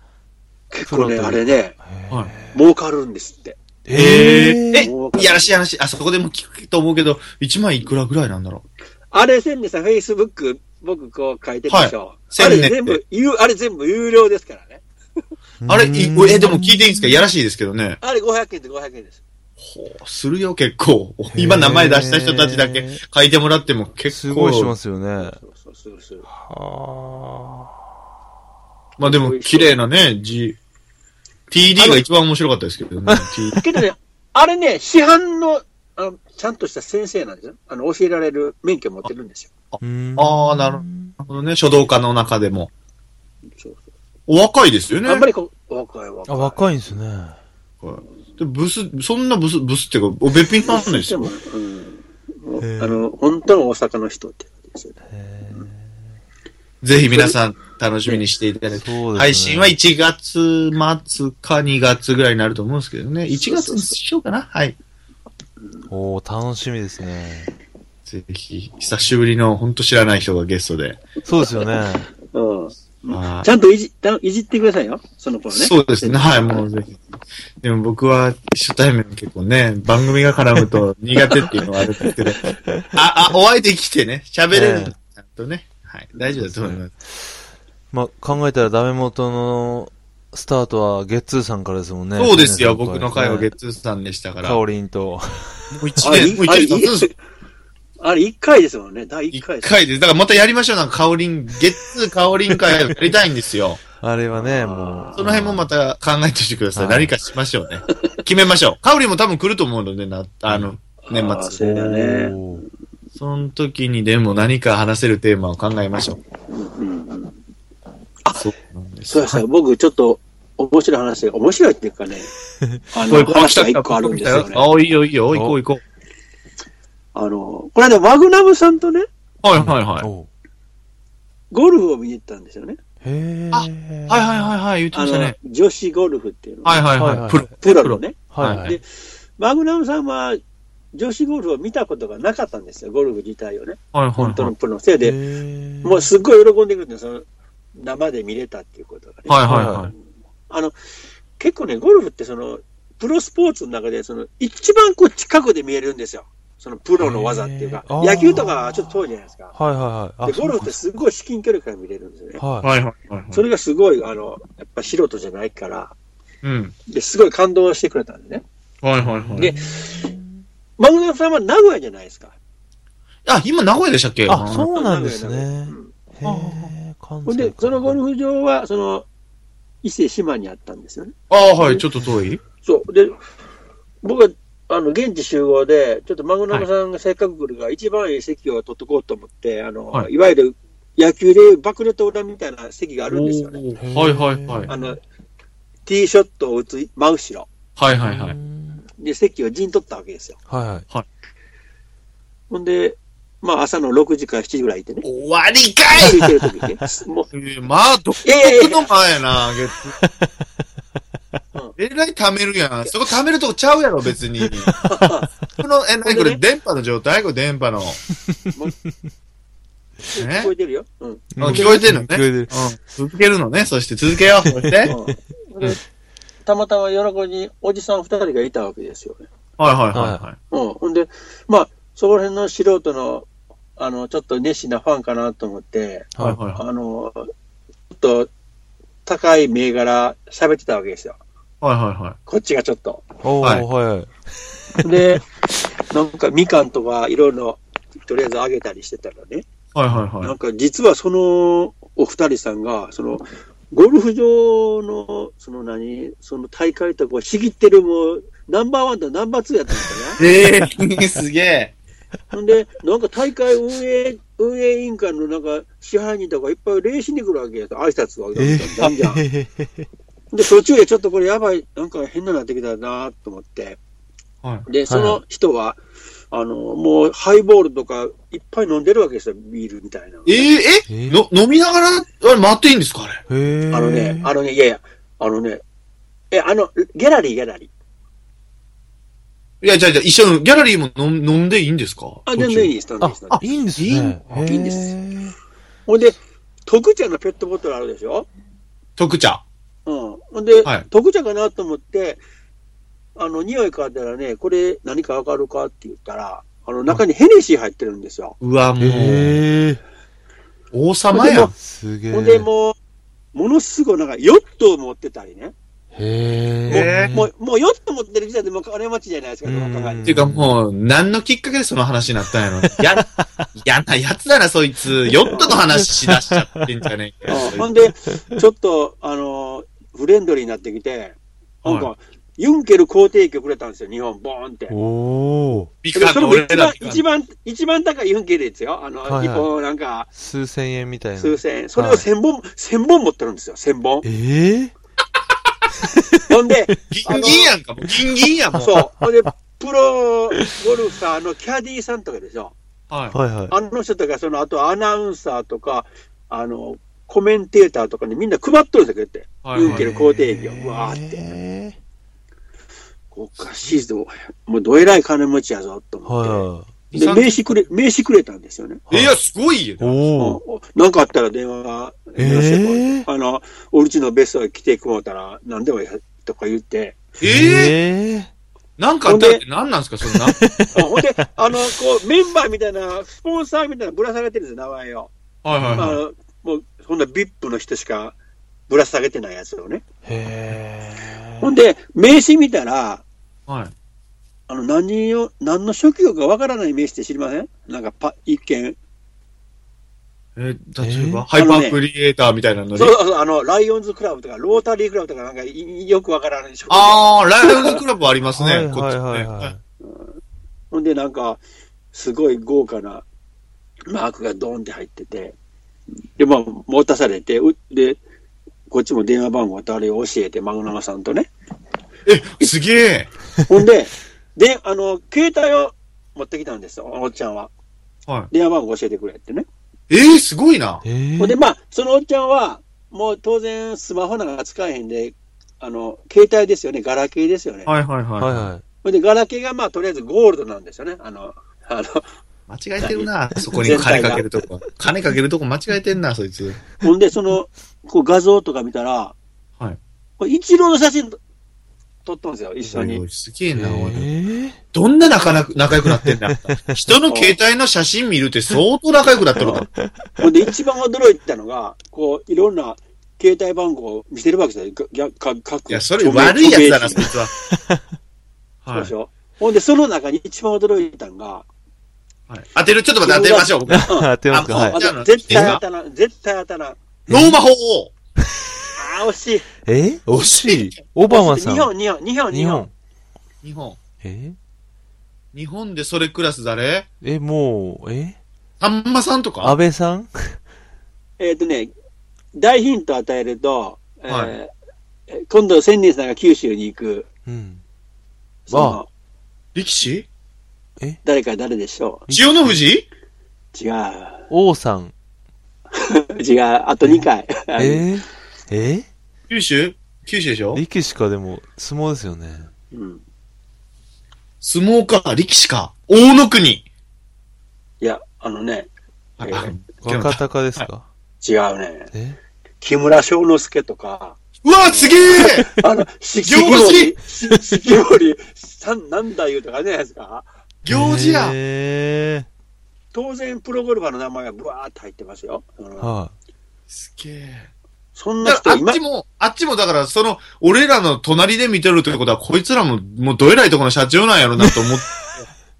Speaker 3: 結構ね、
Speaker 1: プロと
Speaker 3: あれね、
Speaker 1: へ
Speaker 2: はい
Speaker 3: 儲かるんですって。
Speaker 1: え
Speaker 2: えー、
Speaker 1: え
Speaker 3: 儲
Speaker 2: え
Speaker 3: か、る
Speaker 2: いやらしい話、あそこでも聞くと思うけど、1枚いくらぐらいなんだろ
Speaker 3: あれ、千年さん、フェイスブック、僕こう書いてるでしょ。
Speaker 2: 千
Speaker 3: あ
Speaker 2: 年
Speaker 3: れ
Speaker 2: って
Speaker 3: 全部、有あれ全部有料ですからね。
Speaker 2: う。あれ、い
Speaker 1: うん
Speaker 2: え、でも聞いていいんですかいやらしいですけどね。
Speaker 3: あれ500円と500円です。
Speaker 2: ほう、するよ、結構。今名前出した人たちだ
Speaker 1: へ
Speaker 2: け
Speaker 1: ー
Speaker 2: 書いてもらっても結
Speaker 1: す
Speaker 2: 構。
Speaker 1: ごいしますよね。
Speaker 3: そうそうそうそう。
Speaker 1: は
Speaker 2: まあでも、綺麗なね、G、TD が一番面白かったですけ どね。T
Speaker 3: けどね、あれね、市販の、あの、ちゃんとした先生なんですよ。あの、教えられる免許持ってるんですよ。
Speaker 1: ー
Speaker 2: あーなるほこのね、書道家の中でも。
Speaker 3: そうそ
Speaker 2: お若いですよ
Speaker 3: う
Speaker 2: ね。
Speaker 3: あんまりこう、若い若い。
Speaker 1: あ、若いんですね。
Speaker 2: でブス、そんなブス、ブスっていうか、おべっぴんなんです
Speaker 3: で
Speaker 2: よ
Speaker 3: も。、うん。も
Speaker 1: へ
Speaker 3: う
Speaker 1: ー
Speaker 3: あの、本当の大阪の人って感じですよね。
Speaker 1: へ
Speaker 2: ぜひ皆さん楽しみにしていただいて。
Speaker 1: そうですね
Speaker 2: 配信は1月末か2月ぐらいになると思うんですけどね。1月にしようかな。はい。
Speaker 1: ーおー、楽しみですね。
Speaker 2: ぜひ、久しぶりの、ほんと知らない人がゲストで。
Speaker 1: そうですよね。
Speaker 3: うん。
Speaker 2: はい
Speaker 3: ちゃんといじたいじってくださいよ、その子はね。
Speaker 2: そうですね。はい、もうぜひ。でも僕は初対面結構ね、番組が絡むと苦手っていうのはあるんですけど、 あ、あ、お相手来てね、喋れるんだ、ちゃんとね。はい、大丈夫だと思います。
Speaker 1: まあ、考えたらダメ元のスタートはゲッツーさんからですもんね。
Speaker 2: そうですよ、
Speaker 1: 去年
Speaker 2: 僕の回はゲ
Speaker 1: ツ
Speaker 2: ッツーさんでしたか
Speaker 1: ー
Speaker 2: ら。
Speaker 1: カ
Speaker 2: も
Speaker 1: オリンと。
Speaker 2: う一
Speaker 3: あれ
Speaker 2: 年、もう一年経つんです。
Speaker 3: あれ、1回ですもんね。第1
Speaker 2: 一
Speaker 3: 回です。
Speaker 2: 回です。だからまたやりましょう、なんか、カオリン、ゲッツーカオリン会をやりたいんですよ。
Speaker 1: あれはね、
Speaker 3: あー
Speaker 1: もう。
Speaker 2: その辺もまた考えておいてください。
Speaker 1: はい
Speaker 2: 何かしましょうね。決めましょう。カオリンも多分来ると思うので、な、あの、年
Speaker 3: あー
Speaker 2: 末。
Speaker 3: そうだね。
Speaker 1: おー
Speaker 2: その時にでも何か話せるテーマを考えましょう。
Speaker 3: うんうん
Speaker 2: そうなんです。
Speaker 3: そうそう、僕ちょっと面白い話、面白いっていう かね、あの、話が1個あるんですよね。
Speaker 2: あ、いいよいいよ、行こう行こ
Speaker 3: あの、これでマグナムさんとね、
Speaker 2: う。はいはいはい。
Speaker 1: おー
Speaker 3: ゴルフを見に行ったんですよね。
Speaker 1: へー。
Speaker 2: あはいはいはいはい、言って
Speaker 3: あ
Speaker 2: ました
Speaker 3: の
Speaker 2: ね。、
Speaker 3: 女子ゴルフっていうの。
Speaker 2: はいはい
Speaker 1: は
Speaker 2: はいい。プロ。
Speaker 3: プロのね。
Speaker 1: はい
Speaker 2: は
Speaker 1: はいい。
Speaker 3: でマグナムさんは、女子ゴルフを見たことがなかったんですよ、ゴルフ自体をね。
Speaker 2: はいはい
Speaker 3: 本当
Speaker 2: は
Speaker 3: のプロのせいで、
Speaker 1: で
Speaker 3: もうすっごい喜んでくるんですよ、その生で見れたっていうことがね。
Speaker 2: い。はいはいはい。
Speaker 3: あの、結構ね、ゴルフってその、プロスポーツの中で、その、一番こう近くで見えるんですよ。そのプロの技っていうか
Speaker 1: へ、ーあー
Speaker 3: 野球とかはちょっと遠いじゃないですか。
Speaker 1: はいはいは
Speaker 3: で、
Speaker 1: い。
Speaker 3: ゴルフってすごい至近距離から見れるんですよね
Speaker 1: て。はい。
Speaker 2: はいはいはい。
Speaker 3: それがすごい、あの、やっぱ素人じゃないから、
Speaker 2: うん。
Speaker 3: ですごい感動してくれたんでね。
Speaker 2: はいはいはい。
Speaker 3: でマグナさんは名古屋じゃないですか。
Speaker 2: あ、今名古屋でしたっけ
Speaker 1: あ、そうなんです
Speaker 3: 名古屋
Speaker 1: ね
Speaker 3: 名古屋。うん
Speaker 1: へー、関
Speaker 3: ほ
Speaker 1: 西
Speaker 3: んで
Speaker 1: か、
Speaker 3: そのゴルフ場は、その、伊勢志摩にあったんですよね。
Speaker 2: あはい、ちょっと遠い
Speaker 3: そう。で、僕は、あの、現地集合で、ちょっとマグナムさんがせっかく来るから、一番いい席を取っとこうと思って、あの、、
Speaker 2: はい
Speaker 3: わゆる野球でいうバクネット裏みたいな席があるんですよね。
Speaker 1: へー
Speaker 2: はいはいはい。
Speaker 3: あの、ティーショットを打つ真後ろ。
Speaker 2: はいはいは
Speaker 1: う
Speaker 2: い。
Speaker 1: ん
Speaker 3: で、席を陣取ったわけですよ。
Speaker 1: はいはい。
Speaker 3: ほんで、まあ、朝の6時から7時ぐらいいてね。
Speaker 2: 終わりか
Speaker 3: 空いてる時にね。もう、
Speaker 2: いまあ、独
Speaker 3: いやいやいや
Speaker 2: 特の前やな、月。えらい貯めるやん。そこ貯めるとこちゃうやろ、別に。この、え、何これ、電波の状態これ、電波の。
Speaker 3: 聞
Speaker 2: ね
Speaker 3: こえてるよ。うん。
Speaker 2: あ聞こえてるのね
Speaker 1: 聞こえてる
Speaker 2: うん、続けるのね。そして続けよう。そして。
Speaker 3: うんでたまたま横におじさん二人がいたわけですよね。
Speaker 2: はいはいはいはい。
Speaker 3: うん。ほんで、まあ、その辺の素人の、あの、ちょっと熱心なファンかなと思って、
Speaker 2: はいはいはい
Speaker 3: あの、ちょっと高い銘柄喋ってたわけですよ。
Speaker 2: はいはいはい。
Speaker 3: こっちがちょっと。
Speaker 1: お
Speaker 2: はい
Speaker 1: ー、はい。
Speaker 3: で、なんかみかんとかいろいろ、とりあえずあげたりしてたらね、
Speaker 2: はいはい
Speaker 3: な
Speaker 2: はい
Speaker 3: ん。か実はそのお二人さんが、その、ゴルフ場の、その何、その大会とかを仕切ってるもう、ナンバーワンとナンバーツーやったんですよね。
Speaker 2: ええ、すげえ。
Speaker 3: ほんで、なんか大会運営、運営委員会のなんか支配人とかいっぱい礼しに来るわけやと、挨拶をあげたりとかじゃんじゃん。
Speaker 1: え
Speaker 3: で、途中でちょっとこれやばい、なんか変ななってきたなと思って。
Speaker 2: は
Speaker 3: で、その人は、あの、もうハイボールとかいっぱい飲んでるわけですよ、ビールみたいな。
Speaker 2: ええ、えの、飲みながら、あれ、待っていいんですかあれ。
Speaker 1: へえ。
Speaker 3: あのね、あのね、いやいや、あのね、え、あの、ギャラリー、ギャラリー。
Speaker 2: いや、じゃあじゃあ一緒の、ギャラリーも飲ん飲んでいいんですか
Speaker 3: あ、全然いい
Speaker 2: い。
Speaker 3: です、全然いい
Speaker 1: あ
Speaker 3: です。、
Speaker 1: あ、いいんですね。
Speaker 3: いいんいいんです
Speaker 1: す。
Speaker 3: ほんで、特茶のペットボトルあるでしょ
Speaker 2: 特茶。
Speaker 3: うん。ほんで、
Speaker 2: はい
Speaker 3: 特茶かなと思って、あの、匂い嗅いだらね、これ何かわかるかって言ったら、あの、中にヘネシー入ってるんですよ。
Speaker 2: うわ、もう、
Speaker 1: へえ。
Speaker 2: 王様
Speaker 3: で
Speaker 2: やん
Speaker 3: も。
Speaker 1: すげえ。
Speaker 3: ほんで、もう、ものすごいなんか、ヨットを持ってたりね。
Speaker 1: へえ。
Speaker 3: もう、もうヨット持ってる時点でもう金持ちじゃないですか、どう考え
Speaker 1: うん
Speaker 2: っていうかもう、何のきっかけでその話になったんやろ。や、やなやつだな、そいつ。ヨットの話しだしちゃってんじゃねえか
Speaker 3: て。うん
Speaker 2: よ
Speaker 3: ほんで、ちょっと、あの、フレンドリーになってきて、なんか、
Speaker 2: は
Speaker 3: ユンケル肯定曲くれたんですよ、日本、ボーンって。
Speaker 1: おお。
Speaker 2: ピ
Speaker 3: そ
Speaker 2: カ
Speaker 3: れ
Speaker 2: の
Speaker 3: も
Speaker 2: 俺
Speaker 3: 一
Speaker 2: ら
Speaker 3: 番、一番、一番高いユンケルですよ。あの、
Speaker 1: はいはい
Speaker 3: 一本なんか、
Speaker 1: 数千円みたいな。
Speaker 3: 数千円。それを千本、千本持ってるんですよ、千本。
Speaker 1: ええ
Speaker 3: ほ んで、
Speaker 2: ギンギンやんか、もうギンギンやもん。
Speaker 3: そう。ほんで、プロゴルファーのキャディーさんとかでしょ。
Speaker 2: はい。
Speaker 1: はいはい。
Speaker 3: あの人とか、その、あとアナウンサーとか、あの、コメンテーターとかにみんな配っとるんですよ、こうやって。
Speaker 2: はい
Speaker 3: ユン
Speaker 2: は
Speaker 3: ケ
Speaker 2: い。
Speaker 3: ル肯定業、うわーって。
Speaker 1: て。
Speaker 3: おかしいぞ。もうどえらい金持ちやぞ、と思っ
Speaker 1: は
Speaker 3: て。で、名刺くれ、名刺くれたんですよね。
Speaker 1: い。
Speaker 2: いや、すごいよ
Speaker 1: お。お。
Speaker 3: なんかあったら電話してこい
Speaker 1: ええ
Speaker 3: あの、俺ちのベストへ来てくもうたら何でもええとか言って、
Speaker 2: ええ
Speaker 1: ええ。
Speaker 2: なんかあったらって何なんですか、そんな。
Speaker 3: あほんで、あの、こう、メンバーみたいな、スポンサーみたいなのぶら下げてるんですよ、名前を。
Speaker 2: はいはい
Speaker 3: あ
Speaker 2: はい。
Speaker 3: の、もう、そんな VIP の人しかぶら下げてないやつをね。
Speaker 1: へ
Speaker 3: ほんで、名刺見たら、
Speaker 2: はい。
Speaker 3: あの、何を、何の職業かわからない名刺って知りませんなんかパ、一見。
Speaker 2: えー、例え
Speaker 1: えー
Speaker 2: ば、ハイパークリエイターみたいなのに
Speaker 3: そう。そうそう、あの、ライオンズクラブとか、ロータリークラブとか、なんかい、よくわからない職業。
Speaker 2: あー、ライオンズクラブあります
Speaker 1: はい
Speaker 2: ね、こっ
Speaker 1: はい
Speaker 2: ち
Speaker 1: はい
Speaker 2: ね。
Speaker 1: は
Speaker 3: ほんでなんか、すごい豪華なマークがドーンって入ってて、で、まあ、持たされて、うで、こっちも電話番号とあれを教えて、マグナマさん とね。
Speaker 2: え、すげえ。
Speaker 3: ほんで、で、あの、携帯を持ってきたんですよ、おっちゃんは。
Speaker 2: は
Speaker 3: 電話番号教えてくれってね。
Speaker 2: い。えー、すごいな。
Speaker 1: い。ええ。
Speaker 3: ほんで、まあ、そのおっちゃんは、もう当然スマホなんか使えへんで、あの、携帯ですよね、ガラケーですよね。
Speaker 2: はいは
Speaker 1: は
Speaker 2: い
Speaker 1: い
Speaker 2: は
Speaker 1: は
Speaker 3: ほんで、ガラケーがまあ、とりあえずゴールドなんですよね。あの、あの、
Speaker 2: い。間違えてるな、そこに金かけるとこ。金かけるとこ間違えてんな、そいつ。
Speaker 3: ほんで、その、こう画像とか見たら、
Speaker 2: はい
Speaker 3: これ一郎の写真撮ったんですよ、一緒
Speaker 2: お
Speaker 3: に。
Speaker 2: いすげえ
Speaker 1: い。
Speaker 2: な、おい
Speaker 1: ええ。
Speaker 2: どんな仲な仲良くなってんだ人の携帯の写真見るって相当仲良くなってる な。
Speaker 3: ほんで、一番驚いたのが、こう、いろんな携帯番号を見せるわけですよか逆か各
Speaker 2: いや、それ悪いやつだな、そいつは。
Speaker 3: そう
Speaker 2: はい
Speaker 3: でし。ょ。ほんで、その中に一番驚いたのが、
Speaker 2: はい当てる、ちょっと待って、当てましょう。僕
Speaker 1: 当てますかはい
Speaker 3: あ。
Speaker 2: じゃあ
Speaker 3: の絶対当たらん、絶対当たらん。あ
Speaker 2: ローマ法王。
Speaker 3: あ、惜しい。
Speaker 1: え惜しい。オバマさん。
Speaker 3: 日本、日本、日本、
Speaker 1: 日
Speaker 3: 日本。
Speaker 1: 本。
Speaker 2: 日本。
Speaker 1: え
Speaker 2: 日本でそれクラス誰
Speaker 1: え、もう、え
Speaker 2: さんまさんと
Speaker 1: 安
Speaker 2: か
Speaker 1: 倍さん
Speaker 3: えっ、とね、大ヒント与えると、えー
Speaker 2: は
Speaker 3: え今度、千年さんが九州に行く、
Speaker 1: うん。
Speaker 3: その
Speaker 1: あ
Speaker 2: 力士
Speaker 3: 誰か誰でしょ
Speaker 2: 千代の富士
Speaker 3: う違う。
Speaker 1: 王さん。
Speaker 3: 違う、あと2回。
Speaker 1: えええ
Speaker 2: 九州九州でしょ
Speaker 1: 力士かでも、相撲ですよね。
Speaker 3: うん
Speaker 2: 相撲か、力士か。大野国。
Speaker 3: いや、あのね、
Speaker 2: あ
Speaker 3: えー
Speaker 1: 若隆ですか
Speaker 3: 違うね。
Speaker 1: え
Speaker 3: 木村翔之介とか、
Speaker 2: うわすげえ
Speaker 3: あの、四季
Speaker 2: 行事
Speaker 3: 織、し四季織、三なんだ言うとかね、ですか。
Speaker 2: 行事や
Speaker 1: へ
Speaker 3: 当然、プロゴルファーの名前がブワーって入ってますよ。うん
Speaker 1: ーは
Speaker 2: すげえ。
Speaker 3: そんな
Speaker 2: だか
Speaker 3: 人
Speaker 2: らあ
Speaker 3: 今
Speaker 2: っち、も、あっちもだから、その、俺らの隣で見てるってことは、こいつらも、もうどえらいとこの社長なんやろなと思って、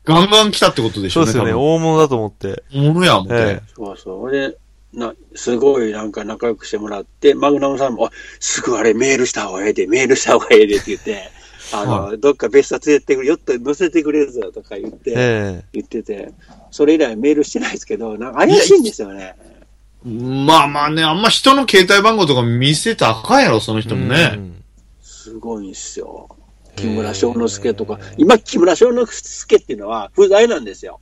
Speaker 2: ガンガン来たってことで
Speaker 1: い。
Speaker 2: し
Speaker 1: そ
Speaker 2: ょ
Speaker 1: う
Speaker 2: うね、
Speaker 1: ですよね。
Speaker 2: 多
Speaker 1: 大物だと思って。
Speaker 2: 分。おもろや思って。
Speaker 1: え
Speaker 3: そうそう。で、な、すごいなんか仲良くしてもらって、マグナムさんも、あすぐあれメールした方がええで、メールした方がええでって言 って、あの、どっか別冊連れてくれ、よっと乗せてくれるぞとか言って、
Speaker 1: え
Speaker 3: 言ってて、それ以来メールしてないですけど、なんか怪しいんですよね。
Speaker 2: まあまあね、あんま人の携帯番号とか見せたらあかんやろ、その
Speaker 1: え
Speaker 2: 人もね。
Speaker 1: うん
Speaker 3: すごいんですよ。木村翔之介とか、今木村翔之介っていうのは不在なんですよ。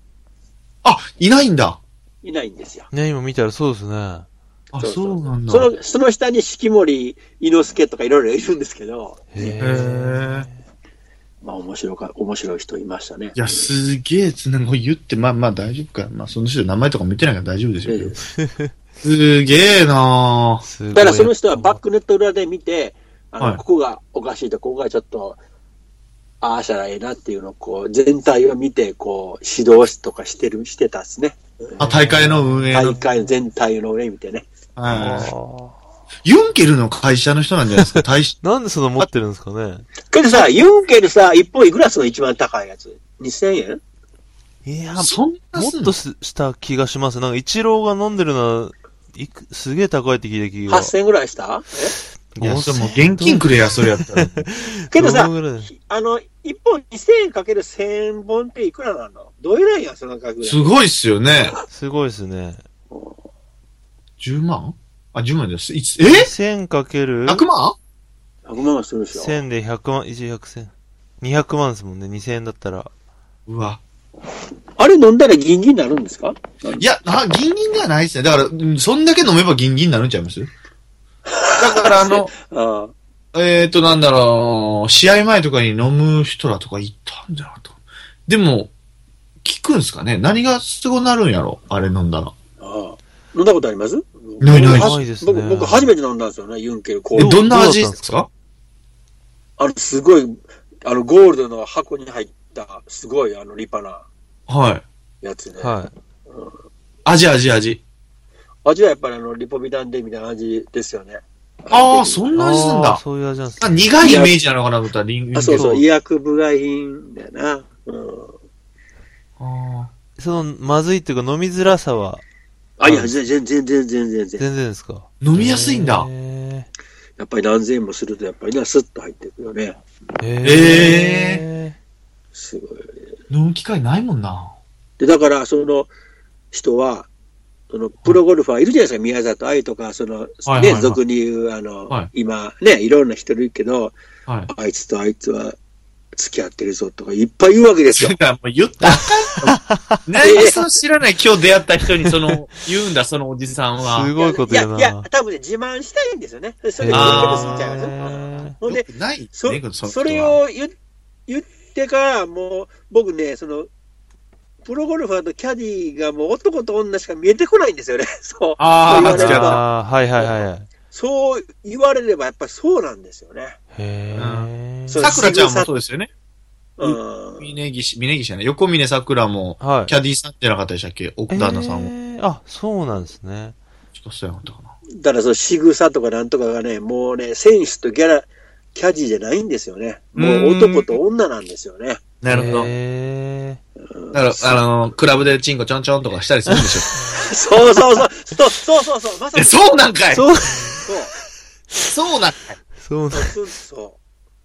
Speaker 2: あ、いないんだ。
Speaker 3: いないんですよ。
Speaker 1: ね、今見たらそうですね。
Speaker 2: あ、
Speaker 3: そうそう
Speaker 2: そうなんだ。
Speaker 3: その、その下に四季森、伊之助とかいろいろいるんですけど、
Speaker 1: へ
Speaker 2: へ
Speaker 1: え。
Speaker 2: え。
Speaker 3: まあ面白か、面白い人いましたね。
Speaker 2: いや、すげえ、つなご言って、まあまあ大丈夫か。まあその人名前とか見てないから大丈夫ですよ。すげえな
Speaker 1: すごい
Speaker 3: ただその人はバックネット裏で見て、あの、
Speaker 2: はい
Speaker 3: ここがおかしいと、ここがちょっと、ああしたらええなっていうのを、こう、全体を見て、こう、指導とかしてる、してたんですね。
Speaker 2: あ、大会の運営
Speaker 3: 大
Speaker 2: の。
Speaker 3: 会全体の上見てね。
Speaker 1: あ
Speaker 2: はい
Speaker 1: ー
Speaker 2: ユンケルの会社の人なんじゃないで すか。大使。
Speaker 1: なんでその持ってるんですかね。
Speaker 3: けどさ、ユンケルさ、一本いくらするの一番高いやつ ?2000 円
Speaker 1: いや、
Speaker 2: そんな
Speaker 1: も
Speaker 2: す
Speaker 1: っ
Speaker 2: ん
Speaker 1: と
Speaker 2: の
Speaker 1: すした気がします。なんか、一郎が飲んでるのは、いく、すげえ高いって聞いた気が。
Speaker 3: ?8000 円ぐらいした
Speaker 2: いや、
Speaker 1: 5000
Speaker 2: それもう現金くれや、それやったら。
Speaker 3: えけどさ
Speaker 1: どのぐらい、
Speaker 3: あの、一本2000円かける1000本っていくらなのどういうラインや、その額ぐらい
Speaker 2: す。ごいっすよね。
Speaker 1: すごいですね。
Speaker 2: 10万あ、10万です。いつえ
Speaker 1: 1000かける
Speaker 2: ?100 万
Speaker 3: 100万はするでしょ。
Speaker 1: 1000で100万、1、100千。200万ですもんね。2000円だったら。
Speaker 2: うわ。
Speaker 3: あれ飲んだらギンギンになるんですか
Speaker 2: いや、あ、ギンギンではないですね。だから、うんそんだけ飲めばギンギンになるんちゃいますだから、あ の、
Speaker 3: ああ。
Speaker 2: えっ、と、なんだろう、試合前とかに飲む人らとかいたんだなと。でも、聞くんすかね何がすごなるんやろあれ飲んだら。
Speaker 3: ああ飲んだことあります
Speaker 2: ないない
Speaker 3: 僕は
Speaker 1: ないですね
Speaker 3: 僕、僕初めて飲んだんですよね、ユンケルコー
Speaker 2: え、
Speaker 1: ど
Speaker 3: ル
Speaker 1: う
Speaker 2: どんな
Speaker 1: どう
Speaker 2: 味で
Speaker 1: だったんです
Speaker 2: す
Speaker 1: か
Speaker 2: か
Speaker 3: あの、すごい、あの、ゴールドの箱に入った、すごい、あの、立派な
Speaker 2: はい。
Speaker 3: やつで、
Speaker 1: は
Speaker 2: 味味味。
Speaker 3: 味はやっぱりあの、リポビタンでみたいな味ですよね。
Speaker 2: ああ、そ
Speaker 1: い。
Speaker 2: んな味すん
Speaker 1: あー
Speaker 2: だ。
Speaker 1: そういう味なんです
Speaker 2: あ
Speaker 1: ね。
Speaker 2: 苦いイメージなのかなと思ったら、リンリン
Speaker 3: あ、
Speaker 2: ケ
Speaker 3: そうそ
Speaker 1: そう
Speaker 3: う、医薬部外品だよな。うん。
Speaker 2: あ
Speaker 1: その、まずいっていうか、飲みづらさは、
Speaker 3: あ、いや、全然、全然、全然、全然。
Speaker 1: 全然ですか。
Speaker 2: ー飲みやすいんだ。
Speaker 1: へ
Speaker 3: やっぱり何千円もすると、やっぱりね、スッと入っていくよね。
Speaker 1: ー。
Speaker 2: え
Speaker 3: すごい。
Speaker 2: 飲む機会ないもんな。
Speaker 3: で、だから、その人は、そのプロゴルファーいるじゃないですか、宮里藍とか、そ
Speaker 2: はい
Speaker 3: の、
Speaker 2: はいは
Speaker 3: ね、
Speaker 2: い
Speaker 3: 俗に言う、あの、
Speaker 2: はい
Speaker 3: 今、ね、いろんな人いるけど、
Speaker 2: はい。
Speaker 3: あいつとあいつは付き合ってるぞとか、いっぱい言うわ けですよ
Speaker 2: だ。からもう言 ったらあかんよ。なんでその知らない今日出会った人にそ の、言うんだ、そのおじさん
Speaker 1: す
Speaker 2: は。
Speaker 1: ごいこと言うな。
Speaker 3: いや、いや、多分ね、自慢したいんですよね。それ、
Speaker 2: えー
Speaker 3: それこ
Speaker 2: す
Speaker 3: そ
Speaker 2: ご
Speaker 3: 見ちゃいますようん
Speaker 1: へー
Speaker 3: ほん
Speaker 2: よ
Speaker 3: で、
Speaker 2: くないね
Speaker 3: そ
Speaker 2: この人は
Speaker 3: それを言言ってから、もう、僕ね、その、プロゴルファーとキャディーがもう男と女しか見えてこないんですよね。 そう。
Speaker 2: あ
Speaker 3: 言
Speaker 2: あ、
Speaker 3: われ
Speaker 2: 付
Speaker 3: れ
Speaker 2: き合った。
Speaker 1: あーはいはいはいはい。
Speaker 3: そう言われればやっぱりそうなんですよね。
Speaker 1: へえ。
Speaker 3: そう
Speaker 2: さくらちゃんもそうですよね。
Speaker 3: うん。
Speaker 2: 峰岸、峰岸じゃない。横峰さくらも、
Speaker 1: はい。
Speaker 2: キャディーさんじゃなかったでしたっけお旦那さんも。
Speaker 1: えーあ、そうなんですね。
Speaker 2: ちょっとそうやなかったかな。
Speaker 3: だからその仕草とかなんとかがね、もうね、選手とギャラ、キャディじゃないんですよね。もう男と女なんですよね。
Speaker 2: なるほど。
Speaker 1: へ
Speaker 3: うん
Speaker 2: だから、あの、クラブでチンコちょんちょんとかしたりするんでし ょ。
Speaker 3: そうそうそう。そうそうそうそう。まさ
Speaker 2: え、
Speaker 3: に。
Speaker 2: そうなんか
Speaker 1: ー
Speaker 2: い
Speaker 1: そう、
Speaker 3: そう。
Speaker 2: そうなんかい
Speaker 1: そうなん
Speaker 3: そうそうそう。